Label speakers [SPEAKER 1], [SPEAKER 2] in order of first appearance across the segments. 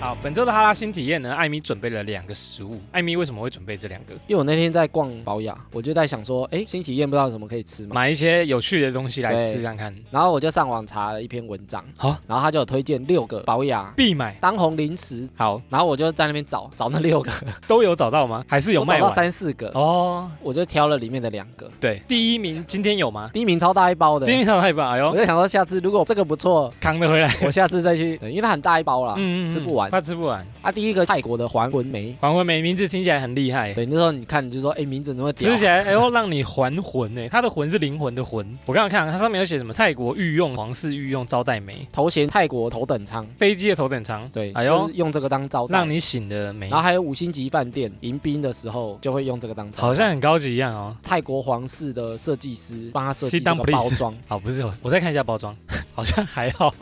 [SPEAKER 1] 好，本周的哈拉新体验呢，艾米准备了两个食物。艾米为什么会准备这两个？
[SPEAKER 2] 因为我那天在逛宝雅，我就在想说，哎，新体验不知道什么可以吃嘛，
[SPEAKER 1] 买一些有趣的东西来
[SPEAKER 2] 对
[SPEAKER 1] 吃看看。
[SPEAKER 2] 然后我就上网查了一篇文章，
[SPEAKER 1] 好
[SPEAKER 2] 然后他就有推荐六个宝雅
[SPEAKER 1] 必买，
[SPEAKER 2] 当红零食，
[SPEAKER 1] 好，
[SPEAKER 2] 然后我就在那边找找那六个，
[SPEAKER 1] 都有找到吗？还是有
[SPEAKER 2] 我
[SPEAKER 1] 卖
[SPEAKER 2] 找到
[SPEAKER 1] 完？
[SPEAKER 2] 三四个，
[SPEAKER 1] 哦，
[SPEAKER 2] 我就挑了里面的两个，
[SPEAKER 1] 对，第一名今天有吗？
[SPEAKER 2] 第一名超大一包的
[SPEAKER 1] 第一，名上太棒，哎
[SPEAKER 2] 我
[SPEAKER 1] 呦，
[SPEAKER 2] 就想说下次如果这个不错，
[SPEAKER 1] 扛得回来。
[SPEAKER 2] 我下次 再去，因为它很大一包啦，
[SPEAKER 1] 嗯
[SPEAKER 2] 吃不完
[SPEAKER 1] 怕吃不完。
[SPEAKER 2] 啊，第一个泰国的还魂梅，
[SPEAKER 1] 还魂梅名字听起来很厉害，
[SPEAKER 2] 对，那时候你看你就说，哎，名字怎么会屌
[SPEAKER 1] 吃起来哎呦让你还魂欸呢，它的魂是灵魂的魂。我刚刚看它上面有写什么泰国御用皇室御用招待梅，
[SPEAKER 2] 头衔泰国头等舱，
[SPEAKER 1] 飞机的头等舱，
[SPEAKER 2] 对，
[SPEAKER 1] 哎
[SPEAKER 2] 就
[SPEAKER 1] 呦
[SPEAKER 2] 是用这个当招待
[SPEAKER 1] 让。你醒的梅
[SPEAKER 2] 然，后还有五星级饭店迎宾的时候就会用这个当招待
[SPEAKER 1] 好像很高级一样哦。
[SPEAKER 2] 泰国皇室的设计师帮他设计
[SPEAKER 1] Sit
[SPEAKER 2] 这
[SPEAKER 1] down,
[SPEAKER 2] 个
[SPEAKER 1] please.
[SPEAKER 2] 包装，
[SPEAKER 1] 好，不是，我我再看一下包装， 好像还好，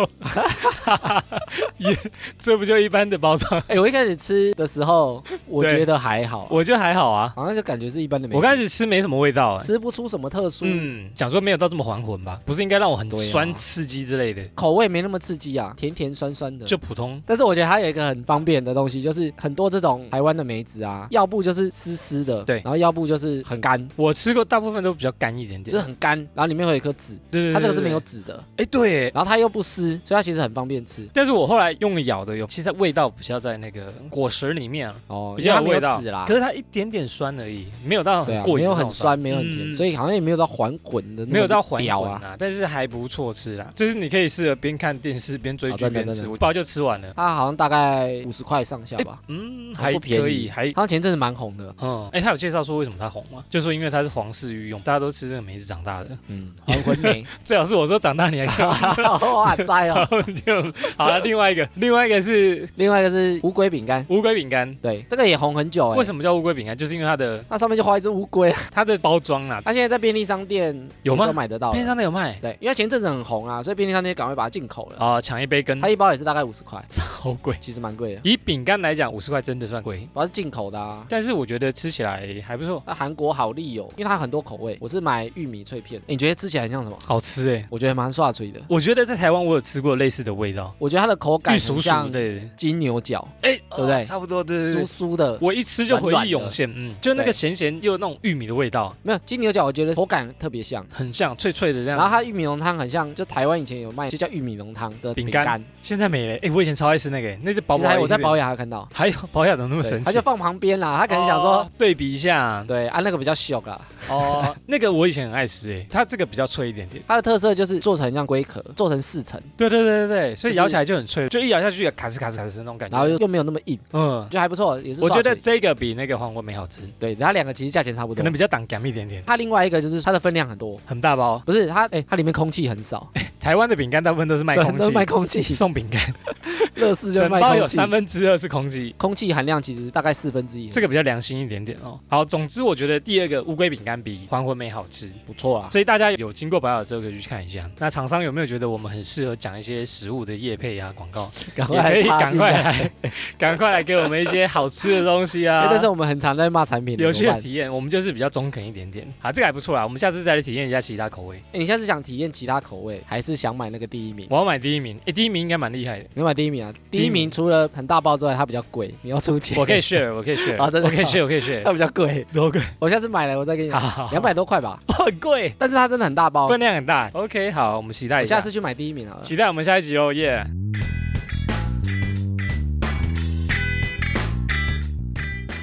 [SPEAKER 1] 也这不就一般的包装，
[SPEAKER 2] 哎、我一开始吃的时候，我
[SPEAKER 1] 对
[SPEAKER 2] 觉得还好，
[SPEAKER 1] 我觉得还好啊。
[SPEAKER 2] 好像就感觉是一般的美食。
[SPEAKER 1] 我刚开始吃没什么味道、哎
[SPEAKER 2] 吃不出什么特殊，
[SPEAKER 1] 嗯，想说没有到这么还魂吧，不是应该让我很
[SPEAKER 2] 对啊
[SPEAKER 1] 酸刺激之类的，
[SPEAKER 2] 口味没那么刺激啊，甜甜酸酸的。
[SPEAKER 1] 就普通。
[SPEAKER 2] 但是我觉得它有一个很方便的东西，就是很多这种台湾的梅子啊，要不就是湿湿的，
[SPEAKER 1] 对
[SPEAKER 2] 然后要不就是很干，
[SPEAKER 1] 我吃过大部分都比较干一点
[SPEAKER 2] 就
[SPEAKER 1] 点，
[SPEAKER 2] 是很干，然后里面会有一颗籽，
[SPEAKER 1] 对对对，
[SPEAKER 2] 它这个是
[SPEAKER 1] 对
[SPEAKER 2] 没有，籽的，
[SPEAKER 1] 哎对，哎
[SPEAKER 2] 然后它又不湿，所以它其实很方便吃。
[SPEAKER 1] 但是我后来用咬的有，其实它味道比较在那个果实里面啊，
[SPEAKER 2] 哦，
[SPEAKER 1] 比较
[SPEAKER 2] 因
[SPEAKER 1] 有
[SPEAKER 2] 为
[SPEAKER 1] 味
[SPEAKER 2] 它没有
[SPEAKER 1] 道
[SPEAKER 2] 籽啦，
[SPEAKER 1] 可是它一点点酸而已，没有到
[SPEAKER 2] 对
[SPEAKER 1] 很
[SPEAKER 2] 啊，
[SPEAKER 1] 过
[SPEAKER 2] 没
[SPEAKER 1] 瘾，
[SPEAKER 2] 有很酸，，没有很甜，
[SPEAKER 1] 嗯
[SPEAKER 2] 所以好像也没有到还魂的那么屌啊，嗯
[SPEAKER 1] 没有到还魂啊，但是还不错吃啊，就是你可以试着边看电视边追
[SPEAKER 2] 哦
[SPEAKER 1] 剧
[SPEAKER 2] 真的
[SPEAKER 1] 边
[SPEAKER 2] 真
[SPEAKER 1] 吃，
[SPEAKER 2] 的
[SPEAKER 1] 我包就吃完了，
[SPEAKER 2] 它好像大概五十块上下吧，
[SPEAKER 1] 嗯，
[SPEAKER 2] 不
[SPEAKER 1] 还
[SPEAKER 2] 便
[SPEAKER 1] 可
[SPEAKER 2] 宜
[SPEAKER 1] 以，还。
[SPEAKER 2] 它前阵子蛮红的，
[SPEAKER 1] 嗯，哎、他有介绍说为什么它红吗？就说因为它是皇室御用，大家都吃这个梅子长大的。
[SPEAKER 2] 嗯，还魂梅，
[SPEAKER 1] 最好是我说长大你还 看，
[SPEAKER 2] 哇塞
[SPEAKER 1] 然
[SPEAKER 2] 哦！
[SPEAKER 1] 后就好了。另外一个，另外一个是
[SPEAKER 2] 另外一个是乌龟饼干，
[SPEAKER 1] 乌龟饼干。
[SPEAKER 2] 对，这个也红很久哎、
[SPEAKER 1] 为
[SPEAKER 2] 么？
[SPEAKER 1] 什么叫乌龟饼干？就是因为它的
[SPEAKER 2] 那上面就画一只乌龟，啊
[SPEAKER 1] 它的包装啦、
[SPEAKER 2] 它现在在便利商店
[SPEAKER 1] 有吗
[SPEAKER 2] 都买得到了，
[SPEAKER 1] 边上的有卖
[SPEAKER 2] 对，因为前阵子很红啊，所以便利商店赶快把它进口了，
[SPEAKER 1] 啊，抢、一杯羹
[SPEAKER 2] 它一包也是大概五十块，
[SPEAKER 1] 好贵。
[SPEAKER 2] 其实蛮贵的，
[SPEAKER 1] 以饼干来讲，五十块真的算贵，
[SPEAKER 2] 主要是进口的啊。
[SPEAKER 1] 但是我觉得吃起来还不错，
[SPEAKER 2] 那韩国好丽友，因为它很多口味，我是买玉米脆片，你觉得吃起来很像什么？
[SPEAKER 1] 好吃哎、
[SPEAKER 2] 我觉得蛮刷嘴的，
[SPEAKER 1] 我觉得在台湾我有吃过类似的味道，
[SPEAKER 2] 我觉得它的口感
[SPEAKER 1] 玉蜀
[SPEAKER 2] 很
[SPEAKER 1] 黍
[SPEAKER 2] 像
[SPEAKER 1] 类的，
[SPEAKER 2] 金牛角，
[SPEAKER 1] 哎、
[SPEAKER 2] 对不对
[SPEAKER 1] 差不多，对对
[SPEAKER 2] 酥
[SPEAKER 1] 对。
[SPEAKER 2] 酥的，
[SPEAKER 1] 我一吃就回
[SPEAKER 2] 软软
[SPEAKER 1] 忆
[SPEAKER 2] 的
[SPEAKER 1] 涌现，嗯，就那个
[SPEAKER 2] 对
[SPEAKER 1] 咸咸又有那种玉米的味道，
[SPEAKER 2] 没有金牛角，我觉得口感特别像。
[SPEAKER 1] 很像脆脆的这
[SPEAKER 2] 然后
[SPEAKER 1] 样。
[SPEAKER 2] 它玉米浓汤很像，就台湾以前有卖，就叫玉米浓汤的
[SPEAKER 1] 饼
[SPEAKER 2] 饼
[SPEAKER 1] 干
[SPEAKER 2] 干。
[SPEAKER 1] 现在没了，哎，我以前超爱吃那个，那只薄薄
[SPEAKER 2] 其实还
[SPEAKER 1] 的。
[SPEAKER 2] 我在保雅还看到，
[SPEAKER 1] 还有保养怎么那么
[SPEAKER 2] 对
[SPEAKER 1] 神
[SPEAKER 2] 他
[SPEAKER 1] 奇？
[SPEAKER 2] 就放旁边啦，他可能想说，
[SPEAKER 1] 哦对比一下，
[SPEAKER 2] 对啊那个比较小啦。
[SPEAKER 1] 哦，那个我以前很爱吃诶，它这个比较脆一点点。
[SPEAKER 2] 它的特色就是做成像龟壳，做成四层，
[SPEAKER 1] 对对对对对，所以
[SPEAKER 2] 就是
[SPEAKER 1] 咬起来就很脆，就一咬下去卡哧卡哧卡哧的那种感觉。
[SPEAKER 2] 然后又又没有那么硬，
[SPEAKER 1] 嗯
[SPEAKER 2] 我，觉得还不错，也是
[SPEAKER 1] 我
[SPEAKER 2] 刷
[SPEAKER 1] 觉
[SPEAKER 2] 嘴。
[SPEAKER 1] 得这个比那个黄瓜梅好吃，
[SPEAKER 2] 对，它两个其实价钱差不
[SPEAKER 1] 可
[SPEAKER 2] 多
[SPEAKER 1] 能。比较挡感一点点，
[SPEAKER 2] 它另外一个就是它的分量很多，
[SPEAKER 1] 很大包。
[SPEAKER 2] 不是它哎，它里面空气很少，
[SPEAKER 1] 台湾的饼干大部分都 是卖
[SPEAKER 2] 对
[SPEAKER 1] 空
[SPEAKER 2] 都
[SPEAKER 1] 气，
[SPEAKER 2] 是卖 空气，
[SPEAKER 1] 送饼干，
[SPEAKER 2] 乐事 就
[SPEAKER 1] 整
[SPEAKER 2] 卖
[SPEAKER 1] 包有
[SPEAKER 2] 空气
[SPEAKER 1] 三，分之二是空气。
[SPEAKER 2] 空气含量其实大概四分之一，
[SPEAKER 1] 这个比较良心一点点哦。好，总之我觉得第二个乌龟饼干比还魂梅好吃，
[SPEAKER 2] 不错啊啦。
[SPEAKER 1] 所以大家有经过百老之后可以去看一下。那厂商有没有觉得我们很适合讲一些食物的业配啊广告？
[SPEAKER 2] 赶
[SPEAKER 1] 也可
[SPEAKER 2] 快
[SPEAKER 1] 以
[SPEAKER 2] 插
[SPEAKER 1] 赶
[SPEAKER 2] 进
[SPEAKER 1] 快
[SPEAKER 2] 来
[SPEAKER 1] 来， 赶快来给我们一些好吃的东西
[SPEAKER 2] 哎
[SPEAKER 1] 啊！
[SPEAKER 2] 但是我们很常在骂产品的，
[SPEAKER 1] 有
[SPEAKER 2] 怎
[SPEAKER 1] 趣
[SPEAKER 2] 么
[SPEAKER 1] 的
[SPEAKER 2] 办
[SPEAKER 1] 体验，我们就是比较中肯一点点。好，这个还不错啦，我们下次再来体验一下其他口味。
[SPEAKER 2] 哎你下次想体验其他口味，还是想买那个第一名？
[SPEAKER 1] 我要买第一名，诶，第一名应该蛮厉害的，
[SPEAKER 2] 你买第一名啊！
[SPEAKER 1] 第
[SPEAKER 2] 第
[SPEAKER 1] 一名
[SPEAKER 2] 一名除了很大包之外，它比较贵，你要出钱。
[SPEAKER 1] 我可 以 share，我可以 share，
[SPEAKER 2] 啊真的
[SPEAKER 1] 我可以
[SPEAKER 2] 哦
[SPEAKER 1] share，我可以 share，
[SPEAKER 2] 它比较贵。
[SPEAKER 1] 多贵？
[SPEAKER 2] 我下次买了，我再给你
[SPEAKER 1] 好好，好
[SPEAKER 2] 两百多块吧。
[SPEAKER 1] 很贵，
[SPEAKER 2] 但是它真的很大包，
[SPEAKER 1] 分量很大。OK，好，我们期待
[SPEAKER 2] 我
[SPEAKER 1] 一下，
[SPEAKER 2] 下次嗯去买第一名好了。
[SPEAKER 1] 期待我们下一集哦，耶、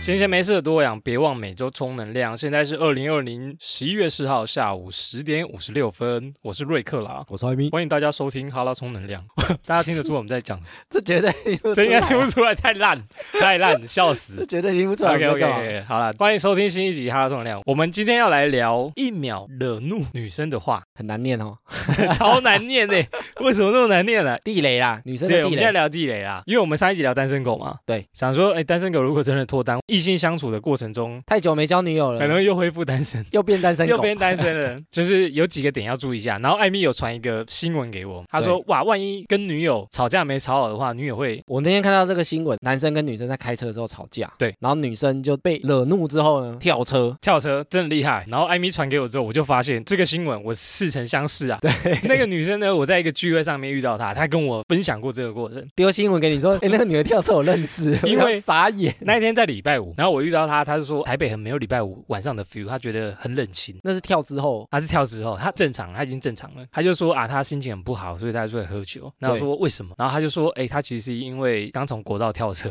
[SPEAKER 1] 闲闲没事的多养，别忘每周充能量。现在是二零二零十一月四号下午十点五十六分，我是瑞克啦，
[SPEAKER 2] 我是 IB，
[SPEAKER 1] 欢迎大家收听哈拉充能量。 大家听得出我们在讲什么？
[SPEAKER 2] 这绝对 听不出
[SPEAKER 1] 这应该听
[SPEAKER 2] 来，
[SPEAKER 1] 不出来，太 烂，太烂，笑
[SPEAKER 2] 这
[SPEAKER 1] 死。
[SPEAKER 2] 绝对听不出来。
[SPEAKER 1] OK OK
[SPEAKER 2] 我们在干嘛
[SPEAKER 1] OK，好了，欢迎收听新一集哈拉充能量。我们今天要来聊一秒惹怒女生的话，
[SPEAKER 2] 很难念哦。
[SPEAKER 1] 超难念呢、为什么那么难念呢、
[SPEAKER 2] 地雷啦，女生
[SPEAKER 1] 对，
[SPEAKER 2] 的
[SPEAKER 1] 我
[SPEAKER 2] 地
[SPEAKER 1] 们现在
[SPEAKER 2] 雷。
[SPEAKER 1] 聊地雷啦，因为我们上一集聊单身狗嘛，
[SPEAKER 2] 对，
[SPEAKER 1] 想说，哎，单身狗如果真的脱单，异性相处的过程中，
[SPEAKER 2] 太久没交女友
[SPEAKER 1] 可
[SPEAKER 2] 了，
[SPEAKER 1] 能又恢复单身，
[SPEAKER 2] 又变单身
[SPEAKER 1] 又
[SPEAKER 2] 狗。
[SPEAKER 1] 变呃单身 了，就是有几个点要注意一下。然后艾米有传一个新闻给我，他说，哇，万一跟女友吵架没吵好的话，女友会，
[SPEAKER 2] 我那天看到这个新闻，男生跟女生在开车的时候吵架，
[SPEAKER 1] 对，
[SPEAKER 2] 然后女生就被惹怒之后呢，跳车，
[SPEAKER 1] 跳车真的厉害，然后艾米传给我之后，我就发现这个新闻我事似曾相识啊。对，那个女生呢，我在一个聚会上面遇到她，她跟我分享过这个过程。
[SPEAKER 2] 丢新闻给你说，哎、那个女的跳车我认识，
[SPEAKER 1] 因为
[SPEAKER 2] 我傻眼。
[SPEAKER 1] 那一天在礼拜五，然后我遇到她，她是说台北很没有礼拜五晚上的 feel，她觉得很冷清。
[SPEAKER 2] 那是跳之后，
[SPEAKER 1] 她是跳之后，她正常，她已经正常了。她就说啊，她心情很不好，所以她就会喝酒。那我说为什么？然后她就说，哎、她其实是因为刚从国道跳车。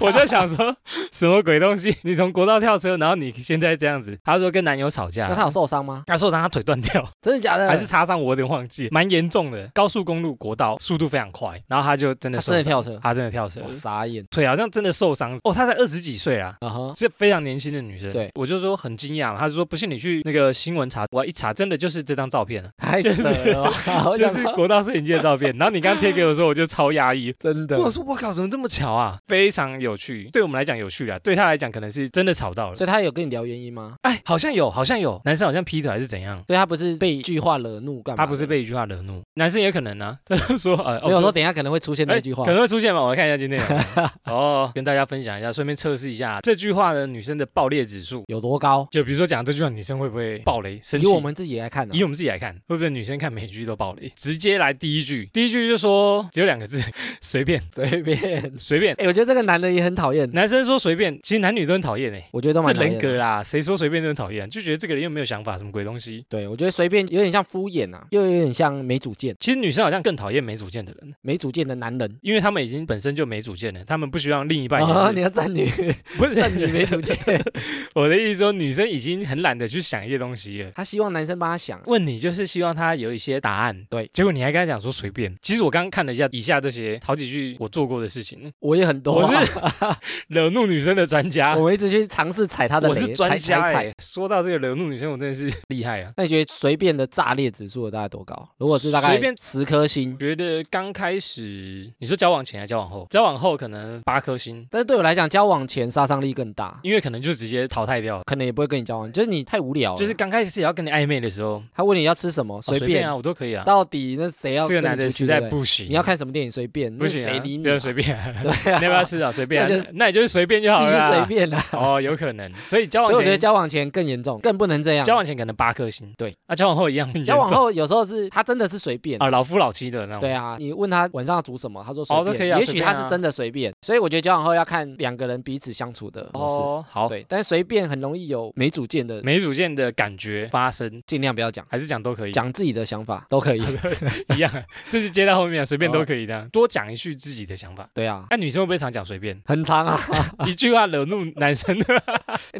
[SPEAKER 1] 我就想说，什么鬼东西？你从国道跳车，然后你现在这样子？她说跟男友吵架
[SPEAKER 2] 那，嗯她有受伤吗？
[SPEAKER 1] 她受伤，她腿断掉。
[SPEAKER 2] 真的假的？
[SPEAKER 1] 还是擦伤，我有点忘记，蛮严重的。高速公路国道速度非常快，然后他就真的
[SPEAKER 2] 她
[SPEAKER 1] 受
[SPEAKER 2] 真的
[SPEAKER 1] 伤，
[SPEAKER 2] 跳车？
[SPEAKER 1] 他真的跳车
[SPEAKER 2] 我，傻眼。
[SPEAKER 1] 腿好像真的受伤。哦，她才二十几岁啊。
[SPEAKER 2] 啊哈，
[SPEAKER 1] 是非常年轻的女生，
[SPEAKER 2] 对
[SPEAKER 1] 我就说很惊讶嘛，她就说不信你去那个新闻查，我一查真的就是这张照片啊，
[SPEAKER 2] 太扯了 吧！我
[SPEAKER 1] 就
[SPEAKER 2] 想
[SPEAKER 1] 是
[SPEAKER 2] 说
[SPEAKER 1] 国道摄影机的照片。然后你刚贴给我的时候，我就超压抑，
[SPEAKER 2] 真的，
[SPEAKER 1] 我说我靠，怎么这么巧啊？非常有趣，对我们来讲有趣啊，对她来讲可能是真的吵到了。
[SPEAKER 2] 所以她有跟你聊原因吗？
[SPEAKER 1] 哎，好像有，好像有，男生好像劈腿还是怎样？
[SPEAKER 2] 所以她不是被一句话惹怒干嘛
[SPEAKER 1] 他
[SPEAKER 2] 的？
[SPEAKER 1] 不是被一句话惹怒，男生也可能啊。他就说，呃，哦
[SPEAKER 2] 没有我说等一下可能会出现那
[SPEAKER 1] 哎，
[SPEAKER 2] 句话
[SPEAKER 1] 可。能会出现嘛？我看一下今天有没有。 哦，跟大家分享一下，顺便测试一下这句话的女生的爆裂指数。
[SPEAKER 2] 有多高？
[SPEAKER 1] 就比如说讲这句话，女生会不会爆雷生
[SPEAKER 2] 以
[SPEAKER 1] 气？
[SPEAKER 2] 我们自己来看啊
[SPEAKER 1] 以我们自己来看，会不会女生看每句都爆雷？直接来第一句，第一句就说只有两个字， 随便
[SPEAKER 2] 随便。
[SPEAKER 1] 随便。
[SPEAKER 2] 哎，我觉得这个男的也很讨厌，
[SPEAKER 1] 男生说随便，其实男女都很讨厌哎，
[SPEAKER 2] 我觉得都
[SPEAKER 1] 这
[SPEAKER 2] 蛮讨厌
[SPEAKER 1] 人
[SPEAKER 2] 的
[SPEAKER 1] 格啦，谁说随便都很讨厌，啊就觉得这个人又没有想法，什么鬼东西。
[SPEAKER 2] 对，我觉得随便有点像敷衍啊，又有点像没主见、
[SPEAKER 1] 其实女生好像更讨厌没主见的人，
[SPEAKER 2] 没主见的男人。
[SPEAKER 1] 因为他们已经本身就没主见了，他们不希望另一半也
[SPEAKER 2] 啊，
[SPEAKER 1] 是
[SPEAKER 2] 你，要站女，
[SPEAKER 1] 不是
[SPEAKER 2] 站女没主见。
[SPEAKER 1] 我的意思说，女生已经很懒得去想一些东西了。
[SPEAKER 2] 他希望男生帮他想，
[SPEAKER 1] 问你就是希望她有一些答案，
[SPEAKER 2] 对
[SPEAKER 1] 结果你还跟她讲说随便。其实我刚刚看了一下以下这些好几句我做过的事情，
[SPEAKER 2] 我也很多
[SPEAKER 1] 我
[SPEAKER 2] 啊、
[SPEAKER 1] 是 惹怒女生的专家，
[SPEAKER 2] 我一直去尝试踩他的
[SPEAKER 1] 我
[SPEAKER 2] 雷，
[SPEAKER 1] 是专家
[SPEAKER 2] 踩踩
[SPEAKER 1] 欸
[SPEAKER 2] 踩。
[SPEAKER 1] 说到这个惹怒女生，我真的是 厉害啊！
[SPEAKER 2] 那你觉得随便的炸裂指数大概多高？如果是大概
[SPEAKER 1] 随便
[SPEAKER 2] 十颗星
[SPEAKER 1] 我，觉得刚开始你说交往前还是交往后，交往后可能八颗星，
[SPEAKER 2] 但是对我来讲，交往前杀伤力更大，
[SPEAKER 1] 因为可能就直接淘汰掉了。
[SPEAKER 2] 可能也不会跟你交往，就是你太无聊了。
[SPEAKER 1] 就是刚开始也要跟你暧昧的时候，
[SPEAKER 2] 他问你要吃什么，随
[SPEAKER 1] 哦啊，我都可以啊。
[SPEAKER 2] 到底那谁要
[SPEAKER 1] 这个
[SPEAKER 2] 跟你
[SPEAKER 1] 男的
[SPEAKER 2] 出去
[SPEAKER 1] 实在
[SPEAKER 2] 对不对
[SPEAKER 1] 不行，
[SPEAKER 2] 你要看什么电影随便，
[SPEAKER 1] 不行、
[SPEAKER 2] 那
[SPEAKER 1] 啊，
[SPEAKER 2] 谁理你、
[SPEAKER 1] 就
[SPEAKER 2] 啊？
[SPEAKER 1] 是随便、
[SPEAKER 2] 对啊，
[SPEAKER 1] 你要不要吃啊？随便、啊，
[SPEAKER 2] 那
[SPEAKER 1] 那
[SPEAKER 2] 就是
[SPEAKER 1] 那你就是随便就好
[SPEAKER 2] 自己
[SPEAKER 1] 了
[SPEAKER 2] 就随
[SPEAKER 1] 啦。
[SPEAKER 2] 便啦、啊
[SPEAKER 1] 哦，有可能，所以交
[SPEAKER 2] 所以
[SPEAKER 1] 往
[SPEAKER 2] 我觉得
[SPEAKER 1] 前
[SPEAKER 2] 交往前更严重，更不能这样。
[SPEAKER 1] 交往前可能八颗星，
[SPEAKER 2] 对，
[SPEAKER 1] 啊，交往后一样很严重，
[SPEAKER 2] 交往后有时候是他真的是随便。
[SPEAKER 1] 啊，老夫老妻的那种，
[SPEAKER 2] 对啊，你问他晚上要煮什么，他说随
[SPEAKER 1] 哦
[SPEAKER 2] 便，
[SPEAKER 1] 这可以啊
[SPEAKER 2] 也
[SPEAKER 1] 随
[SPEAKER 2] 许
[SPEAKER 1] 便
[SPEAKER 2] 他
[SPEAKER 1] 啊
[SPEAKER 2] 是真的随便，所以我觉得交往后要看两个人彼此相处的模式。
[SPEAKER 1] 哦，好，
[SPEAKER 2] 对，但是随便很容易有没主见的，
[SPEAKER 1] 没主见的感觉发生，
[SPEAKER 2] 尽量不要讲，
[SPEAKER 1] 还是讲都可以，
[SPEAKER 2] 讲自己的想法都可以。
[SPEAKER 1] 一样啊，这是接到后面 啊，随便都可以的
[SPEAKER 2] 哦
[SPEAKER 1] 啊，多讲一句自己的想法。
[SPEAKER 2] 对啊，
[SPEAKER 1] 那、女生会不会常讲随便？
[SPEAKER 2] 很长 啊，
[SPEAKER 1] 一句话惹怒男 生，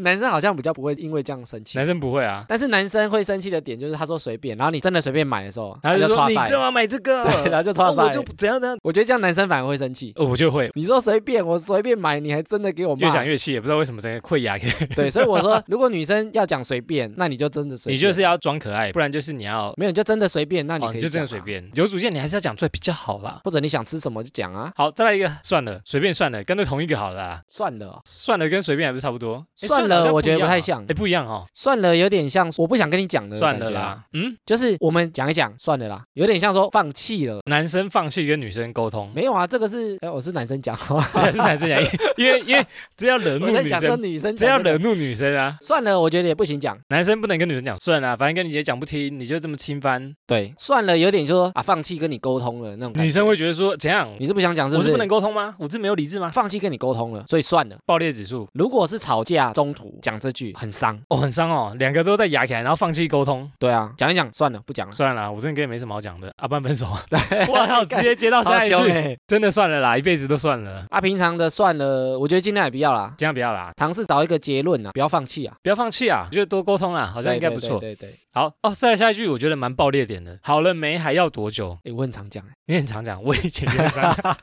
[SPEAKER 2] 男生好像比较不会因为这样生气
[SPEAKER 1] 男，生不会啊，
[SPEAKER 2] 但是男生会生气的点就是他说随便，然后你真的随便买的时候，
[SPEAKER 1] 然后
[SPEAKER 2] 他
[SPEAKER 1] 就说
[SPEAKER 2] 刷
[SPEAKER 1] 你
[SPEAKER 2] 塞
[SPEAKER 1] 干，嘛买这个？
[SPEAKER 2] 对，然后就
[SPEAKER 1] 哦
[SPEAKER 2] 刷塞。
[SPEAKER 1] 我就怎样怎样，
[SPEAKER 2] 我觉得这样男生反而会生气。
[SPEAKER 1] 哦我就会
[SPEAKER 2] 你说随便，我随便买，你还真的给我骂
[SPEAKER 1] 越想越气，也不知道为什么这个溃牙。
[SPEAKER 2] 对，所以我说，如果女生要讲随便，那你就真的随 便，
[SPEAKER 1] 你就是要装可爱，不然就是你要
[SPEAKER 2] 没有你就真的随便，那你
[SPEAKER 1] 哦，
[SPEAKER 2] 可以、啊
[SPEAKER 1] 你就真的随，便。有主见你还是要讲出来比较好啦。
[SPEAKER 2] 或者你想吃什么就讲啊，
[SPEAKER 1] 好，再来一个，算了，随便算了，跟着同一个好了啦。
[SPEAKER 2] 算了哦，
[SPEAKER 1] 算了，跟随便还不是差不多？诶
[SPEAKER 2] 算了
[SPEAKER 1] 好像
[SPEAKER 2] 我觉得
[SPEAKER 1] 一样
[SPEAKER 2] 不太
[SPEAKER 1] 啊
[SPEAKER 2] 像
[SPEAKER 1] 诶不一样哦。
[SPEAKER 2] 算了，有点像我不想跟你讲的
[SPEAKER 1] 算
[SPEAKER 2] 感
[SPEAKER 1] 了
[SPEAKER 2] 觉啊，
[SPEAKER 1] 啦，嗯，
[SPEAKER 2] 就是我们讲一讲，算了啦，有点像说放弃了。
[SPEAKER 1] 男生放弃跟女生沟通，
[SPEAKER 2] 没有啊，这个是哎，我是男生讲，
[SPEAKER 1] 还是男生讲，因为因为只要惹怒
[SPEAKER 2] 我在
[SPEAKER 1] 女
[SPEAKER 2] 想说
[SPEAKER 1] 生，
[SPEAKER 2] 女 生
[SPEAKER 1] 只
[SPEAKER 2] 讲
[SPEAKER 1] 要
[SPEAKER 2] 这个
[SPEAKER 1] 惹怒女生啊，
[SPEAKER 2] 算了，我觉得也不行讲。
[SPEAKER 1] 男生不能跟女生讲，算了，反正跟你姐讲不听，你就这么侵犯，
[SPEAKER 2] 对，算了，有点就说啊，放弃跟你沟通了那种感觉。
[SPEAKER 1] 女生会觉得说怎样，
[SPEAKER 2] 你是不想讲是
[SPEAKER 1] 我
[SPEAKER 2] 不
[SPEAKER 1] 是
[SPEAKER 2] 是？
[SPEAKER 1] 不能沟通吗？我是没有理智吗？
[SPEAKER 2] 放弃跟你沟通了，所以算了。
[SPEAKER 1] 爆裂指数
[SPEAKER 2] 如果是吵架中途讲这句很伤，
[SPEAKER 1] 哦，很伤哦，两个都在牙起来，然后放弃沟通，
[SPEAKER 2] 对啊，讲一讲算了，不讲了。
[SPEAKER 1] 算了啦，我真的跟你没什么好讲的，啊，不然分手 啊，我靠，直接接到啊下一
[SPEAKER 2] 超凶
[SPEAKER 1] 句，
[SPEAKER 2] 欸
[SPEAKER 1] 真的算了啦，一辈子都算了，
[SPEAKER 2] 啊，平常的算了，我觉得尽量也不要啦，
[SPEAKER 1] 这样不要啦，
[SPEAKER 2] 尝试找一个结论啊，不要放弃啊，
[SPEAKER 1] 不要放弃啊，我觉得多沟通啦，好
[SPEAKER 2] 好
[SPEAKER 1] 像应该不错。
[SPEAKER 2] 对对对，
[SPEAKER 1] 好哦，再来下一句，我觉得蛮爆裂点的。好了没？还要多久？
[SPEAKER 2] 哎，我很常讲欸，
[SPEAKER 1] 你很常讲，我以前也很常 讲，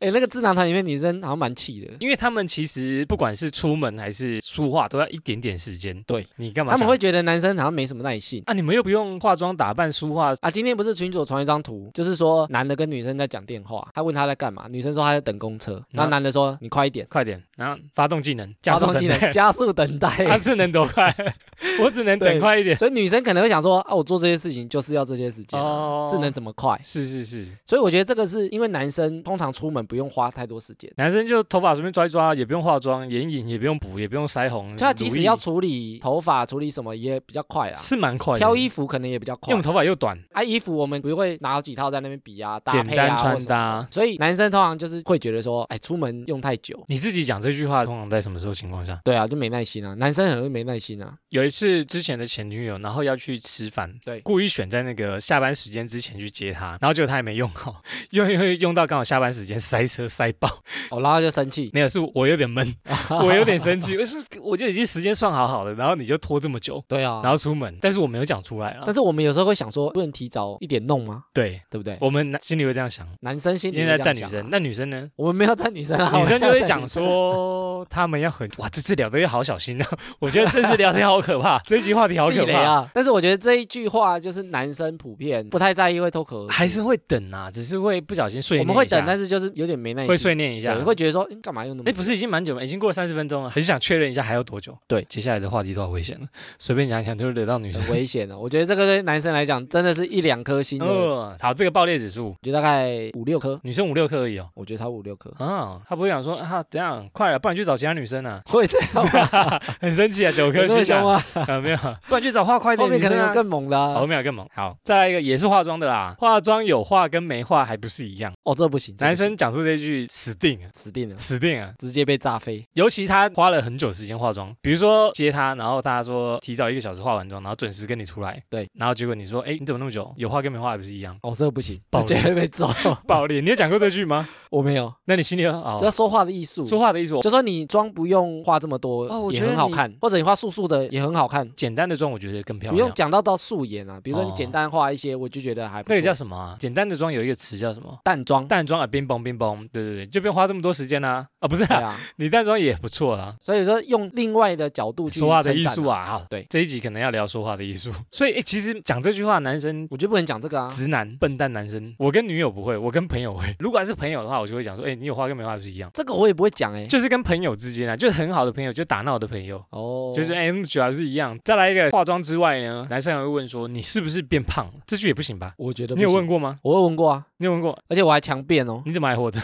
[SPEAKER 2] 哎，那个智囊团里面女生好像蛮气的，
[SPEAKER 1] 因为他们其实不管是出门还是说话，都要一点点时间。
[SPEAKER 2] 对
[SPEAKER 1] 你干嘛
[SPEAKER 2] 他
[SPEAKER 1] 想？
[SPEAKER 2] 们会觉得男生好像没什么耐性。
[SPEAKER 1] 啊，你们又不用化妆打扮、梳化，
[SPEAKER 2] 啊，今天不是群主传一张图，就是说男的跟女生在讲电话，他问他在干嘛，女生说他在等公车，然后男的说你快一点，
[SPEAKER 1] 嗯 快点，然后发动技能，加
[SPEAKER 2] 发
[SPEAKER 1] 速
[SPEAKER 2] 动
[SPEAKER 1] 等
[SPEAKER 2] 技能
[SPEAKER 1] 待，
[SPEAKER 2] 加速等待，
[SPEAKER 1] 啊，这能多快？ 我只能等快一点。
[SPEAKER 2] 所以女生可能会想说啊，我做这些事情就是要这些时间、啊，
[SPEAKER 1] 哦
[SPEAKER 2] 是能怎么快？
[SPEAKER 1] 是是是，
[SPEAKER 2] 所以我觉得这个是因为男生通常出门不用花太多时间，
[SPEAKER 1] 男生就头发随便抓一抓，也不用化妆，眼影也不用补，也不用腮红，
[SPEAKER 2] 就他即
[SPEAKER 1] 乳
[SPEAKER 2] 使
[SPEAKER 1] 液
[SPEAKER 2] 要处理头发、处理什么也比较快啦，
[SPEAKER 1] 是蛮快的，
[SPEAKER 2] 挑衣服可能也比较
[SPEAKER 1] 因为我
[SPEAKER 2] 快
[SPEAKER 1] 们。头发又短，
[SPEAKER 2] 啊，衣服我们不会拿好几套在那边比啊，搭
[SPEAKER 1] 简
[SPEAKER 2] 配
[SPEAKER 1] 单
[SPEAKER 2] 啊，
[SPEAKER 1] 穿
[SPEAKER 2] 或什么。
[SPEAKER 1] 搭。
[SPEAKER 2] 所以男生通常就是会觉得说，哎，出门用太久，
[SPEAKER 1] 你自己讲这句话，通常在什么时候情况下？
[SPEAKER 2] 对啊，就没耐心啊。男生很容易没耐心啊。
[SPEAKER 1] 有一次之前的前女友，然后要去吃饭，
[SPEAKER 2] 对
[SPEAKER 1] 故意选在那个下班时间之前去接她，然后结果她也没用好， 用用用到刚好下班时间塞车塞爆，
[SPEAKER 2] 哦，然后就生气，
[SPEAKER 1] 没有，是我有点 闷，我有点生气，我是我就已经时间算好好的，然后你就拖这么久。
[SPEAKER 2] 对啊。
[SPEAKER 1] 然后出门，但是我没有讲出来啊
[SPEAKER 2] 但。是我们有时候会想说，不能提早一点弄吗？
[SPEAKER 1] 对
[SPEAKER 2] 对不对？
[SPEAKER 1] 我们心里会这样想，
[SPEAKER 2] 男生心
[SPEAKER 1] 因
[SPEAKER 2] 里
[SPEAKER 1] 为
[SPEAKER 2] 会
[SPEAKER 1] 在
[SPEAKER 2] 这
[SPEAKER 1] 站
[SPEAKER 2] 样
[SPEAKER 1] 女
[SPEAKER 2] 想
[SPEAKER 1] 生
[SPEAKER 2] 啊，，
[SPEAKER 1] 那女生 呢？
[SPEAKER 2] 我们没有站女生啊，
[SPEAKER 1] 女生就
[SPEAKER 2] 我们没
[SPEAKER 1] 会
[SPEAKER 2] 有站
[SPEAKER 1] 讲
[SPEAKER 2] 女生，
[SPEAKER 1] 说，他们要很哇，这次聊的也好小心啊！我觉得这次聊的好可怕，这一集话题好
[SPEAKER 2] 避
[SPEAKER 1] 可
[SPEAKER 2] 雷
[SPEAKER 1] 怕，
[SPEAKER 2] 啊。但是我觉得这一句话就是男生普遍不太在意，会脱口而出
[SPEAKER 1] 还是会等啊，只是会不小心碎念
[SPEAKER 2] 我
[SPEAKER 1] 一下。
[SPEAKER 2] 们会等，但是就是有点没耐心，啊
[SPEAKER 1] 会碎念一下
[SPEAKER 2] 对，。会觉得说，嗯干嘛用那么
[SPEAKER 1] 哎，
[SPEAKER 2] 久？
[SPEAKER 1] 不是已经蛮久了，已经过了三十分钟了，很想确认一下还要多久。
[SPEAKER 2] 对
[SPEAKER 1] 接下来的话题都好危险了，随便讲一讲就惹到女
[SPEAKER 2] 很
[SPEAKER 1] 生。
[SPEAKER 2] 危险哦的。我觉得这个对男生来讲真的是一两颗星的，我
[SPEAKER 1] 嗯，好，这个爆裂指数，
[SPEAKER 2] 觉得大概五六颗，
[SPEAKER 1] 女生五六颗而已哦。。
[SPEAKER 2] 我觉得他五六颗
[SPEAKER 1] 啊，他不会想说啊，怎样快了，不然去找其他女生 啊，
[SPEAKER 2] 会这样吗？
[SPEAKER 1] 很生气啊，九颗
[SPEAKER 2] 有这么
[SPEAKER 1] 星
[SPEAKER 2] 凶
[SPEAKER 1] 啊，
[SPEAKER 2] 吗？
[SPEAKER 1] 啊 没有啊，不然去找画快一
[SPEAKER 2] 后
[SPEAKER 1] 点的
[SPEAKER 2] 面
[SPEAKER 1] 女
[SPEAKER 2] 可
[SPEAKER 1] 生
[SPEAKER 2] 能
[SPEAKER 1] 啊
[SPEAKER 2] 有。更猛的啊、
[SPEAKER 1] 后面有更猛，好，再来一个也是化妆的啦。化妆有化跟没化还不是一样。
[SPEAKER 2] 哦，这不行，这不行
[SPEAKER 1] 男生讲出这句死定了，
[SPEAKER 2] 死定了，
[SPEAKER 1] 死定了。
[SPEAKER 2] 直接被炸飞。
[SPEAKER 1] 尤其他花了很久时间化妆，比如说接他，然后他说提早一个小时化完妆，然后准时跟你出来，
[SPEAKER 2] 对，
[SPEAKER 1] 然后结果你说，哎，你怎么那么久？有化跟没化还不是一 样？
[SPEAKER 2] 哦，这个不行，
[SPEAKER 1] 爆
[SPEAKER 2] 我
[SPEAKER 1] 裂
[SPEAKER 2] 绝对被揍。
[SPEAKER 1] 爆裂，你有讲过这句吗？
[SPEAKER 2] 我没有，
[SPEAKER 1] 那你心里有哦
[SPEAKER 2] 只，要说话的艺术。
[SPEAKER 1] 说话的意思，我
[SPEAKER 2] 就说你妆不用化这么多，
[SPEAKER 1] 哦我
[SPEAKER 2] 也
[SPEAKER 1] 觉得
[SPEAKER 2] 很好
[SPEAKER 1] 你
[SPEAKER 2] 看，或者你化素素的也很好看，
[SPEAKER 1] 简单的妆我觉得更漂
[SPEAKER 2] 不
[SPEAKER 1] 亮
[SPEAKER 2] 用。讲到到素颜啊。比如说你
[SPEAKER 1] 哦
[SPEAKER 2] 简单化一些，我就觉得还不错。
[SPEAKER 1] 那个叫什么啊？简单的妆有一个词叫什么？
[SPEAKER 2] 淡妆，
[SPEAKER 1] 淡妆啊，冰崩冰崩，对对对，就不用花这么多时间啦、啊。不是
[SPEAKER 2] 对
[SPEAKER 1] 啦，
[SPEAKER 2] 啊。
[SPEAKER 1] 你淡妆也不错啦。
[SPEAKER 2] 所以说用另外的角度去
[SPEAKER 1] 说话的
[SPEAKER 2] 称
[SPEAKER 1] 艺
[SPEAKER 2] 赞
[SPEAKER 1] 术
[SPEAKER 2] 啊，
[SPEAKER 1] 啊，好
[SPEAKER 2] 对
[SPEAKER 1] 这一集可能要聊说话的艺术。 所以，诶其实讲这句话，男生。
[SPEAKER 2] 我就不能讲这个啊。
[SPEAKER 1] 直男、笨蛋男生，我跟女友不会，我跟朋友会。如果还是朋友的话，我就会讲说，哎、你有话跟没话不是一样，
[SPEAKER 2] 这个我也不会讲哎、
[SPEAKER 1] 就是跟朋友之间啊，就是很好的朋友，就打闹的朋友，
[SPEAKER 2] 哦，
[SPEAKER 1] 就是哎、那么久还不是一样。再来一个化妆之外呢，男生还会问说，你是不是变胖了？这句也不行吧？
[SPEAKER 2] 我觉得
[SPEAKER 1] 你有问过
[SPEAKER 2] 过，
[SPEAKER 1] 吗？
[SPEAKER 2] 我有问过啊，
[SPEAKER 1] 你有问过？
[SPEAKER 2] 而且我还强辩哦，
[SPEAKER 1] 你怎么还活着？